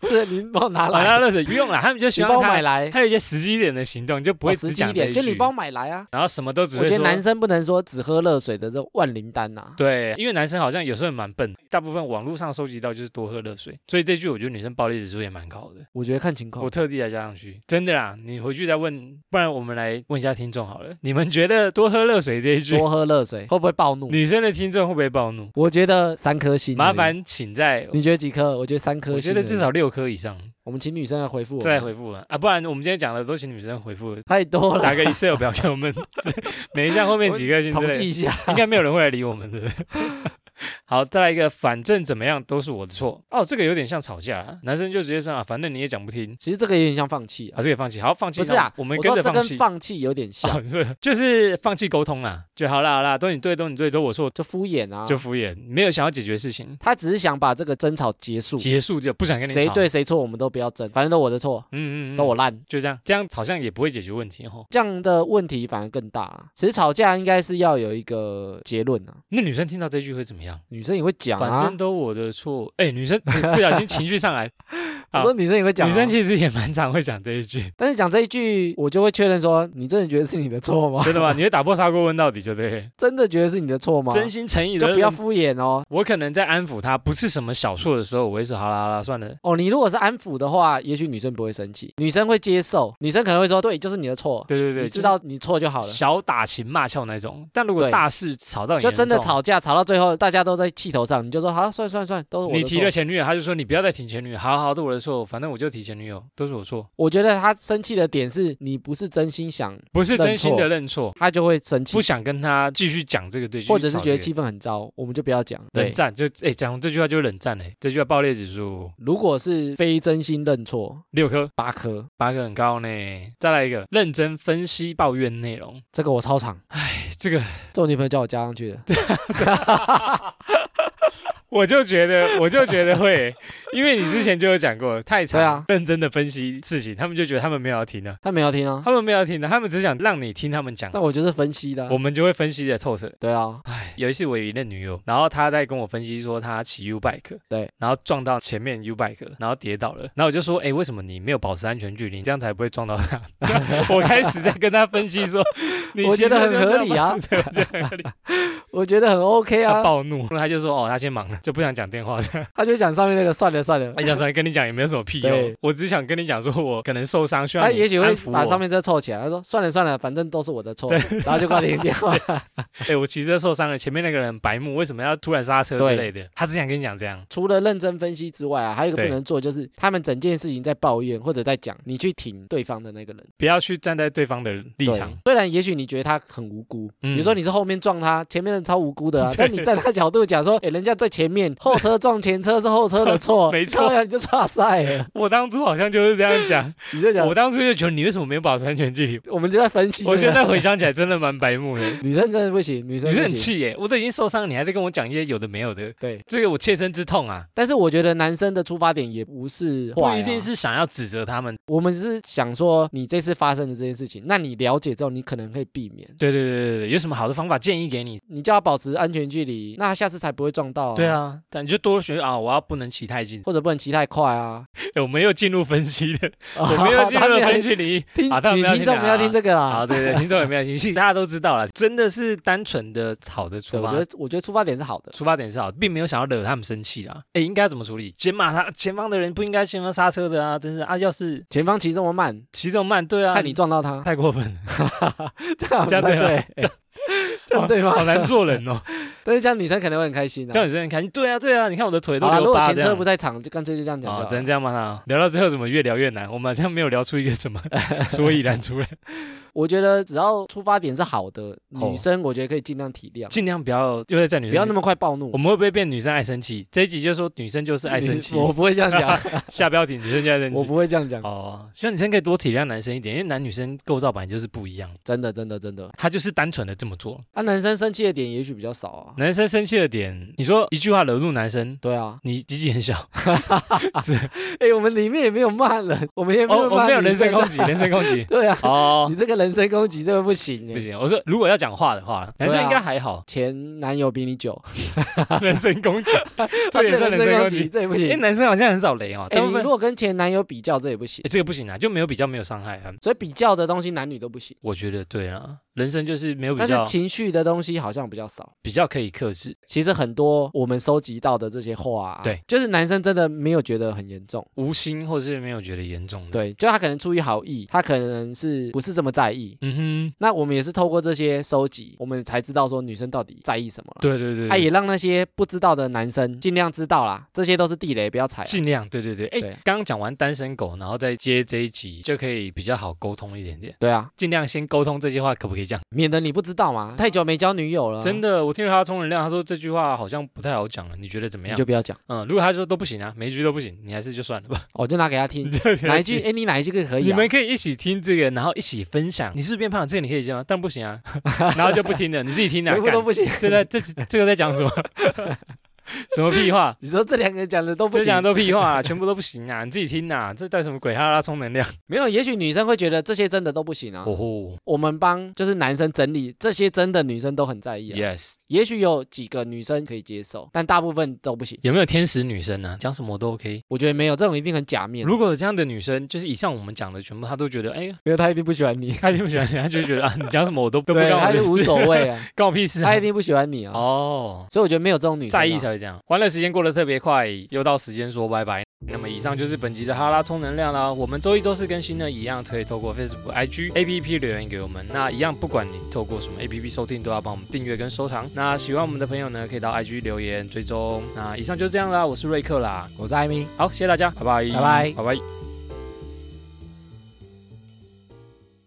[SPEAKER 2] 不是你帮我拿
[SPEAKER 1] 买
[SPEAKER 2] 来，
[SPEAKER 1] 到热水不用了，他们就
[SPEAKER 2] 你
[SPEAKER 1] 喜
[SPEAKER 2] 帮
[SPEAKER 1] 欢
[SPEAKER 2] 我买
[SPEAKER 1] 他，
[SPEAKER 2] 来，
[SPEAKER 1] 他有一些实际一点的行动，就不
[SPEAKER 2] 我
[SPEAKER 1] 会
[SPEAKER 2] 哦实
[SPEAKER 1] 只
[SPEAKER 2] 际一
[SPEAKER 1] 讲这
[SPEAKER 2] 点，
[SPEAKER 1] 一
[SPEAKER 2] 就你
[SPEAKER 1] 句
[SPEAKER 2] 帮，我买来啊。
[SPEAKER 1] 然后什么都只
[SPEAKER 2] 我
[SPEAKER 1] 会
[SPEAKER 2] 觉得
[SPEAKER 1] 说。
[SPEAKER 2] 男生不能说只喝热水的这种万灵丹呐、
[SPEAKER 1] 对，因为男生好像有时候蛮笨，大部分网络上收集到就是多喝热水，所以这句我觉得女生暴力指数也蛮高的。
[SPEAKER 2] 我觉得看情况
[SPEAKER 1] 我。特地来加上去，真的啦，你回去再问，不然我们来问一下听众好了，你们觉得多喝热水这一句，
[SPEAKER 2] 多喝热水会不会暴怒？
[SPEAKER 1] 女生的听众会不会暴怒？
[SPEAKER 2] 我觉得三颗星。
[SPEAKER 1] 麻，烦请在，
[SPEAKER 2] 你觉得几颗？我觉得三颗星而
[SPEAKER 1] 我
[SPEAKER 2] 已。
[SPEAKER 1] 觉得至少六颗以上
[SPEAKER 2] 我们请女生来回复我。
[SPEAKER 1] 再回复了啊，不然我们今天讲的都请女生回复，
[SPEAKER 2] 太多了，
[SPEAKER 1] 打个 Excel 表给我们， 每一项后面几颗星之
[SPEAKER 2] 统
[SPEAKER 1] 类的
[SPEAKER 2] 计一下。
[SPEAKER 1] 应该没有人会来理我们的。 好，再来一个，反正怎么样都是我的错。哦，这个有点像吵架啊，男生就直接说啊，反正你也讲不听，
[SPEAKER 2] 其实这个有点像放弃啊
[SPEAKER 1] 啊，，这个放弃，好，放弃，
[SPEAKER 2] 不是啊
[SPEAKER 1] 那，我们
[SPEAKER 2] 我
[SPEAKER 1] 跟
[SPEAKER 2] 说
[SPEAKER 1] 着
[SPEAKER 2] 这
[SPEAKER 1] 放
[SPEAKER 2] 跟
[SPEAKER 1] 弃。
[SPEAKER 2] 放弃有点像，
[SPEAKER 1] 哦，是，就是放弃沟通啦，就好啦，好啦，都你对，都你对，都我错，
[SPEAKER 2] 就敷衍啊，
[SPEAKER 1] 就敷衍，没有想要解决事情，
[SPEAKER 2] 他只是想把这个争吵结束，
[SPEAKER 1] 结束就不想跟你
[SPEAKER 2] 谁
[SPEAKER 1] 吵。
[SPEAKER 2] 对谁错我们都不要争，反正都我的错，
[SPEAKER 1] 嗯，嗯嗯，
[SPEAKER 2] 都我烂。
[SPEAKER 1] 就这样，这样好像也不会解决问题哦。
[SPEAKER 2] 这样的问题反而更大、啊。其实吵架应该是要有一个结论啊，
[SPEAKER 1] 那女生听到这句会怎么样？
[SPEAKER 2] 女生也会讲
[SPEAKER 1] 反
[SPEAKER 2] 啊
[SPEAKER 1] 正，都我的错，哎，女生不小心情绪上来，
[SPEAKER 2] 我说女生也会 讲、
[SPEAKER 1] 女
[SPEAKER 2] 啊，
[SPEAKER 1] 生其实也蛮常会讲这一句，
[SPEAKER 2] 但是讲这一句，我就会确认说，你真的觉得是你的错吗？
[SPEAKER 1] 真的吗？你会打破砂锅问到底就对了，
[SPEAKER 2] 真的觉得是你的错吗？
[SPEAKER 1] 真心诚意
[SPEAKER 2] 就
[SPEAKER 1] 的
[SPEAKER 2] 不要。敷衍哦。
[SPEAKER 1] 我可能在安抚她，不是什么小错的时候，我会说好啦好啦，算了，
[SPEAKER 2] 哦，你如果是安抚的话，也许女生不会生气，女生会接受，女生可能会说，对，就是你的错，
[SPEAKER 1] 对对对，
[SPEAKER 2] 你
[SPEAKER 1] 就
[SPEAKER 2] 知
[SPEAKER 1] 是
[SPEAKER 2] 道你错就好了。
[SPEAKER 1] 小打情骂俏那种。但如果
[SPEAKER 2] 对
[SPEAKER 1] 大事吵到你
[SPEAKER 2] 就
[SPEAKER 1] 严
[SPEAKER 2] 真的
[SPEAKER 1] 重
[SPEAKER 2] 吵架，吵到最后大家都在气头上，你就说好，算算算，都是我的
[SPEAKER 1] 你提
[SPEAKER 2] 错
[SPEAKER 1] 了前女友，他就说你不要再提前女友，好好，都我的错，反正我就提前女友，都是我错，
[SPEAKER 2] 我觉得他生气的点是你不是真心想，
[SPEAKER 1] 不是真
[SPEAKER 2] 认
[SPEAKER 1] 心的
[SPEAKER 2] 错
[SPEAKER 1] 认错，
[SPEAKER 2] 他就会生气
[SPEAKER 1] 不，想跟他继续讲这个对，继续
[SPEAKER 2] 或者是
[SPEAKER 1] 吵
[SPEAKER 2] 觉得
[SPEAKER 1] 这个
[SPEAKER 2] 气氛很糟，我们就不要讲。对
[SPEAKER 1] 冷，战，就哎讲这句话就冷战嘞，这句话爆裂指数
[SPEAKER 2] 如果是非真心认错，
[SPEAKER 1] 六颗，
[SPEAKER 2] 八颗，
[SPEAKER 1] 八颗很高呢。再来一个，认真分析抱怨内容，
[SPEAKER 2] 这个我超常，
[SPEAKER 1] 哎这个
[SPEAKER 2] 这我女朋友叫我加上去的，
[SPEAKER 1] 我就觉 得，我就觉得会，因为你之前就有讲过，太
[SPEAKER 2] 对
[SPEAKER 1] 常
[SPEAKER 2] 啊
[SPEAKER 1] 认真的分析事情，他们就觉得他们没有要听的，
[SPEAKER 2] 她没有听啊。
[SPEAKER 1] 他们没有要听的，他们只想让你听他们讲
[SPEAKER 2] 那，我就是分析的啊、
[SPEAKER 1] 我们就会分析的透彻。
[SPEAKER 2] 对啊，
[SPEAKER 1] 有一次我有一任女友，然后她在跟我分析说她骑 U bike，
[SPEAKER 2] 对，
[SPEAKER 1] 然后撞到前面 U bike，然后跌倒了，然后我就说，哎，为什么你没有保持安全距离，这样才不会撞到 她？ 我开始在跟她分析说，你
[SPEAKER 2] 我觉得
[SPEAKER 1] 骑车就是
[SPEAKER 2] 很合
[SPEAKER 1] 要
[SPEAKER 2] 理啊
[SPEAKER 1] 保持 对我觉得 很合理。
[SPEAKER 2] 我觉得很 OK
[SPEAKER 1] 她
[SPEAKER 2] 啊。
[SPEAKER 1] 暴怒，她就说，哦，她先忙了，就不想讲电话。
[SPEAKER 2] 她就讲上面那个算了算了
[SPEAKER 1] 她，想说跟你讲也没有什么屁用
[SPEAKER 2] 对，
[SPEAKER 1] 我只想跟你讲说我可能受伤，需要
[SPEAKER 2] 她
[SPEAKER 1] 你
[SPEAKER 2] 也许
[SPEAKER 1] 安
[SPEAKER 2] 会
[SPEAKER 1] 抚
[SPEAKER 2] 把
[SPEAKER 1] 我
[SPEAKER 2] 上面这凑起来。她说算了算了，反正都是我的错，然后就挂你 电话。
[SPEAKER 1] 哎、我骑车受伤了，前面那个人白目，为什么要突然刹车之
[SPEAKER 2] 对
[SPEAKER 1] 类的？他只想跟你讲这样。
[SPEAKER 2] 除了认真分析之外啊，还有一个
[SPEAKER 1] 对
[SPEAKER 2] 不能做就是他们整件事情在抱怨或者在讲，你去挺对方的那个人
[SPEAKER 1] 不要去站在对方的立
[SPEAKER 2] 对
[SPEAKER 1] 场，
[SPEAKER 2] 虽然也许你觉得他很无辜，
[SPEAKER 1] 嗯
[SPEAKER 2] 比如说你是后面撞他，前面人超无
[SPEAKER 1] ，
[SPEAKER 2] 辜的啊
[SPEAKER 1] 对
[SPEAKER 2] 但你站他角度讲说，哎，人家在前面，后车撞前车是后车 的错，
[SPEAKER 1] 没错
[SPEAKER 2] 靠呀，你就差赛了，
[SPEAKER 1] 我当初好像就是这样 讲，
[SPEAKER 2] 你就讲
[SPEAKER 1] 我，当初就觉得你为什么没有保持安全距离？
[SPEAKER 2] 我们就在分析这个。
[SPEAKER 1] 我现在回想起来真的蛮白目的，
[SPEAKER 2] 女生真的不行，女生
[SPEAKER 1] 你是
[SPEAKER 2] 啊不
[SPEAKER 1] 很
[SPEAKER 2] 行。
[SPEAKER 1] 气耶、我都已经受伤了，你还在跟我讲一些有的没有的，
[SPEAKER 2] 对，
[SPEAKER 1] 这个我切身之痛啊，
[SPEAKER 2] 但是我觉得男生的出发点也不是
[SPEAKER 1] 不
[SPEAKER 2] 坏、啊，
[SPEAKER 1] 一定是想要指责他们。
[SPEAKER 2] 我们只是想说你这次发生的这件事情，那你了解之后，你可能可以避免。
[SPEAKER 1] 对对对对对，有什么好的方法建议给你？
[SPEAKER 2] 你叫他保持安全距离，那他下次才不会撞到、啊。
[SPEAKER 1] 对，啊，但你就多学啊，我要不能骑太近。
[SPEAKER 2] 或者不能骑太快啊。哦
[SPEAKER 1] 哎我们又进入分析了， 我们又进入了分析领域。
[SPEAKER 2] 听
[SPEAKER 1] 啊当然
[SPEAKER 2] 女
[SPEAKER 1] 不要
[SPEAKER 2] 听
[SPEAKER 1] 听
[SPEAKER 2] 众
[SPEAKER 1] 啊
[SPEAKER 2] 不要听这个
[SPEAKER 1] 好，
[SPEAKER 2] 啦。
[SPEAKER 1] 对对，听众有没有兴趣？大家都知道了，真的是单纯的好的
[SPEAKER 2] 对，
[SPEAKER 1] 出
[SPEAKER 2] 我
[SPEAKER 1] 发
[SPEAKER 2] 觉。得我觉得出发点是好的。
[SPEAKER 1] 出发点是好，并没有想要惹他们生气啦。哎，应该怎么处理？先骂他，前方的人不应该先方刹车的啊！真是啊，要是
[SPEAKER 2] 前方骑这么慢，
[SPEAKER 1] 骑这么慢， 对啊，
[SPEAKER 2] 怕你撞到他，
[SPEAKER 1] 太过分了，
[SPEAKER 2] 这 样
[SPEAKER 1] 这样
[SPEAKER 2] 不太
[SPEAKER 1] 对啊
[SPEAKER 2] 对，这样对吗？
[SPEAKER 1] 好难做人 哦。
[SPEAKER 2] 但是这样女生可能会很开心
[SPEAKER 1] 叫
[SPEAKER 2] 啊。
[SPEAKER 1] 你这样看，对啊，对啊，你看我的腿都
[SPEAKER 2] 好啦如
[SPEAKER 1] 留
[SPEAKER 2] 果
[SPEAKER 1] 疤
[SPEAKER 2] 前
[SPEAKER 1] 这
[SPEAKER 2] 车
[SPEAKER 1] 样
[SPEAKER 2] 不。在场，就干脆就这样讲就好
[SPEAKER 1] 哦
[SPEAKER 2] 了。，
[SPEAKER 1] 只能这样骂他哦。聊到最后怎么越聊越难？我们好像没有聊出一个什么 所以然出来，
[SPEAKER 2] 我觉得只要出发点是好的，
[SPEAKER 1] 哦
[SPEAKER 2] 女生我觉得可以尽量体谅，
[SPEAKER 1] 尽量不要就在在女
[SPEAKER 2] 不
[SPEAKER 1] 生，
[SPEAKER 2] 要那么快暴怒
[SPEAKER 1] 我。们会不会变女生爱生气？这一集就说女生就是爱生气，
[SPEAKER 2] 我不会这 样讲，
[SPEAKER 1] 下标题女生就爱生
[SPEAKER 2] 我
[SPEAKER 1] 气。
[SPEAKER 2] 不会这样讲，
[SPEAKER 1] 哦，希望女生可以多体谅男生一点，因为男女生构造本来就是不一样，
[SPEAKER 2] 真的真的真的。
[SPEAKER 1] 他就是单纯的这么做。
[SPEAKER 2] 啊，男生生气的点也许比较少 啊。
[SPEAKER 1] 男生生气的点，你说一句话惹怒男生，
[SPEAKER 2] 对啊，
[SPEAKER 1] 你鸡鸡很小
[SPEAKER 2] 哎，我们里面也没有骂人，我们也没
[SPEAKER 1] 哦，
[SPEAKER 2] 有
[SPEAKER 1] 我
[SPEAKER 2] 骂
[SPEAKER 1] 没有
[SPEAKER 2] 女
[SPEAKER 1] 人身
[SPEAKER 2] 的
[SPEAKER 1] 攻击，人身攻 击
[SPEAKER 2] 对啊，
[SPEAKER 1] 哦
[SPEAKER 2] 你，这个人身攻击这个不行
[SPEAKER 1] 不
[SPEAKER 2] 哎。，
[SPEAKER 1] 行，我说如果要讲话的话，男生应该还好
[SPEAKER 2] 啊 前男友比你久，
[SPEAKER 1] 人身攻 击， 这也算
[SPEAKER 2] 啊
[SPEAKER 1] 人身攻击。
[SPEAKER 2] 这也不
[SPEAKER 1] 因为
[SPEAKER 2] 行。
[SPEAKER 1] 男生好像很少雷哦，
[SPEAKER 2] 哎，
[SPEAKER 1] 大
[SPEAKER 2] 你
[SPEAKER 1] 部分
[SPEAKER 2] 如果跟前男友比较，这也不行
[SPEAKER 1] 哎。这个不行啊，就没有比较，没有伤害啊。
[SPEAKER 2] 所以比较的东西男女都不行，
[SPEAKER 1] 我觉得对啊，人生就是没有比
[SPEAKER 2] 但是
[SPEAKER 1] 较，
[SPEAKER 2] 情绪的东西好像比较少。
[SPEAKER 1] 比较可以克制。
[SPEAKER 2] 其实很多我们收集到的这些话、啊，
[SPEAKER 1] 对，
[SPEAKER 2] 就是男生真的没有觉得很严重，
[SPEAKER 1] 无心或是没有觉得严重的。，
[SPEAKER 2] 对，就他可能出于好意，他可能是不是这么在意。
[SPEAKER 1] 嗯哼，
[SPEAKER 2] 那我们也是透过这些收集，我们才知道说女生到底在意什么了。
[SPEAKER 1] 对对对，
[SPEAKER 2] 他、啊也让那些不知道的男生尽量知道啦，这些都是地雷，不要踩啊。
[SPEAKER 1] 尽量，对对对。哎
[SPEAKER 2] 对，
[SPEAKER 1] 刚刚讲完单身狗，然后再接这一集，就可以比较好沟通一点点。
[SPEAKER 2] 对啊，
[SPEAKER 1] 尽量先沟通这些话可不可以讲？
[SPEAKER 2] 免得你不知道嘛，太久没交女友了，
[SPEAKER 1] 真
[SPEAKER 2] 的
[SPEAKER 1] 的，我听了他充能量，他说这句话好像不太好讲了，你觉得怎么
[SPEAKER 2] 你
[SPEAKER 1] 样
[SPEAKER 2] 就？不要讲，
[SPEAKER 1] 嗯，如果他说都不行啊，每一句都不行，你还是就算了吧。
[SPEAKER 2] 我、就拿给他 听
[SPEAKER 1] 你，就
[SPEAKER 2] 哪一句？？哎，你哪一句可以、啊？
[SPEAKER 1] 你们可以一起听这个，然后一起分享。你是不是变胖了？这个你可以讲吗，但不行 啊，然后就不听了，你自己听啊。
[SPEAKER 2] 全部
[SPEAKER 1] 干
[SPEAKER 2] 都不行。
[SPEAKER 1] 这在这这个在讲什么？什么屁话？
[SPEAKER 2] 你说这两个人讲的都不
[SPEAKER 1] 这
[SPEAKER 2] 行
[SPEAKER 1] 讲，的都屁话啦，全部都不行啊！你 自己听呐、这带什么鬼哈拉充能量？
[SPEAKER 2] 没有，也许女生会觉得这些真的都不行啊。
[SPEAKER 1] 哦吼
[SPEAKER 2] 我们帮就是男生整理这些，真的女生都很在意、啊。
[SPEAKER 1] ，yes，
[SPEAKER 2] 也许有几个女生可以接受，但大部分都不行。
[SPEAKER 1] 有没有天使女生呢、讲什么都 OK。
[SPEAKER 2] 我觉得没有这种一定很 假面，
[SPEAKER 1] 如果有这样的女生，就是以上我们讲的全部，她都觉得，哎，
[SPEAKER 2] 因为他一定不喜欢你，
[SPEAKER 1] 她就不喜欢你，她就觉得啊，你讲什么我都都 不
[SPEAKER 2] 对，
[SPEAKER 1] 干我
[SPEAKER 2] 他
[SPEAKER 1] 的
[SPEAKER 2] 就
[SPEAKER 1] 事，
[SPEAKER 2] 无所，谓 啊，
[SPEAKER 1] 关我屁事、啊
[SPEAKER 2] 他一。定不喜欢你 啊。
[SPEAKER 1] 哦，
[SPEAKER 2] 所以我觉得没有这种女生啊、
[SPEAKER 1] 在意才会这样。完了，时间过得特别快，又到时间说拜拜。那么以上就是本集的哈拉充能量啦。我们周一、周四更新呢，一样可以透过 Facebook、IG、APP 留言给我们。那一样，不管你透过什么 APP 收听，都要帮我们订阅跟收藏。那喜欢我们的朋友呢，可以到 IG 留言追踪。那以上就这样啦，我是瑞克啦。
[SPEAKER 2] 我是艾米。
[SPEAKER 1] 好，谢谢大家，拜拜，
[SPEAKER 2] 拜拜
[SPEAKER 1] 拜拜。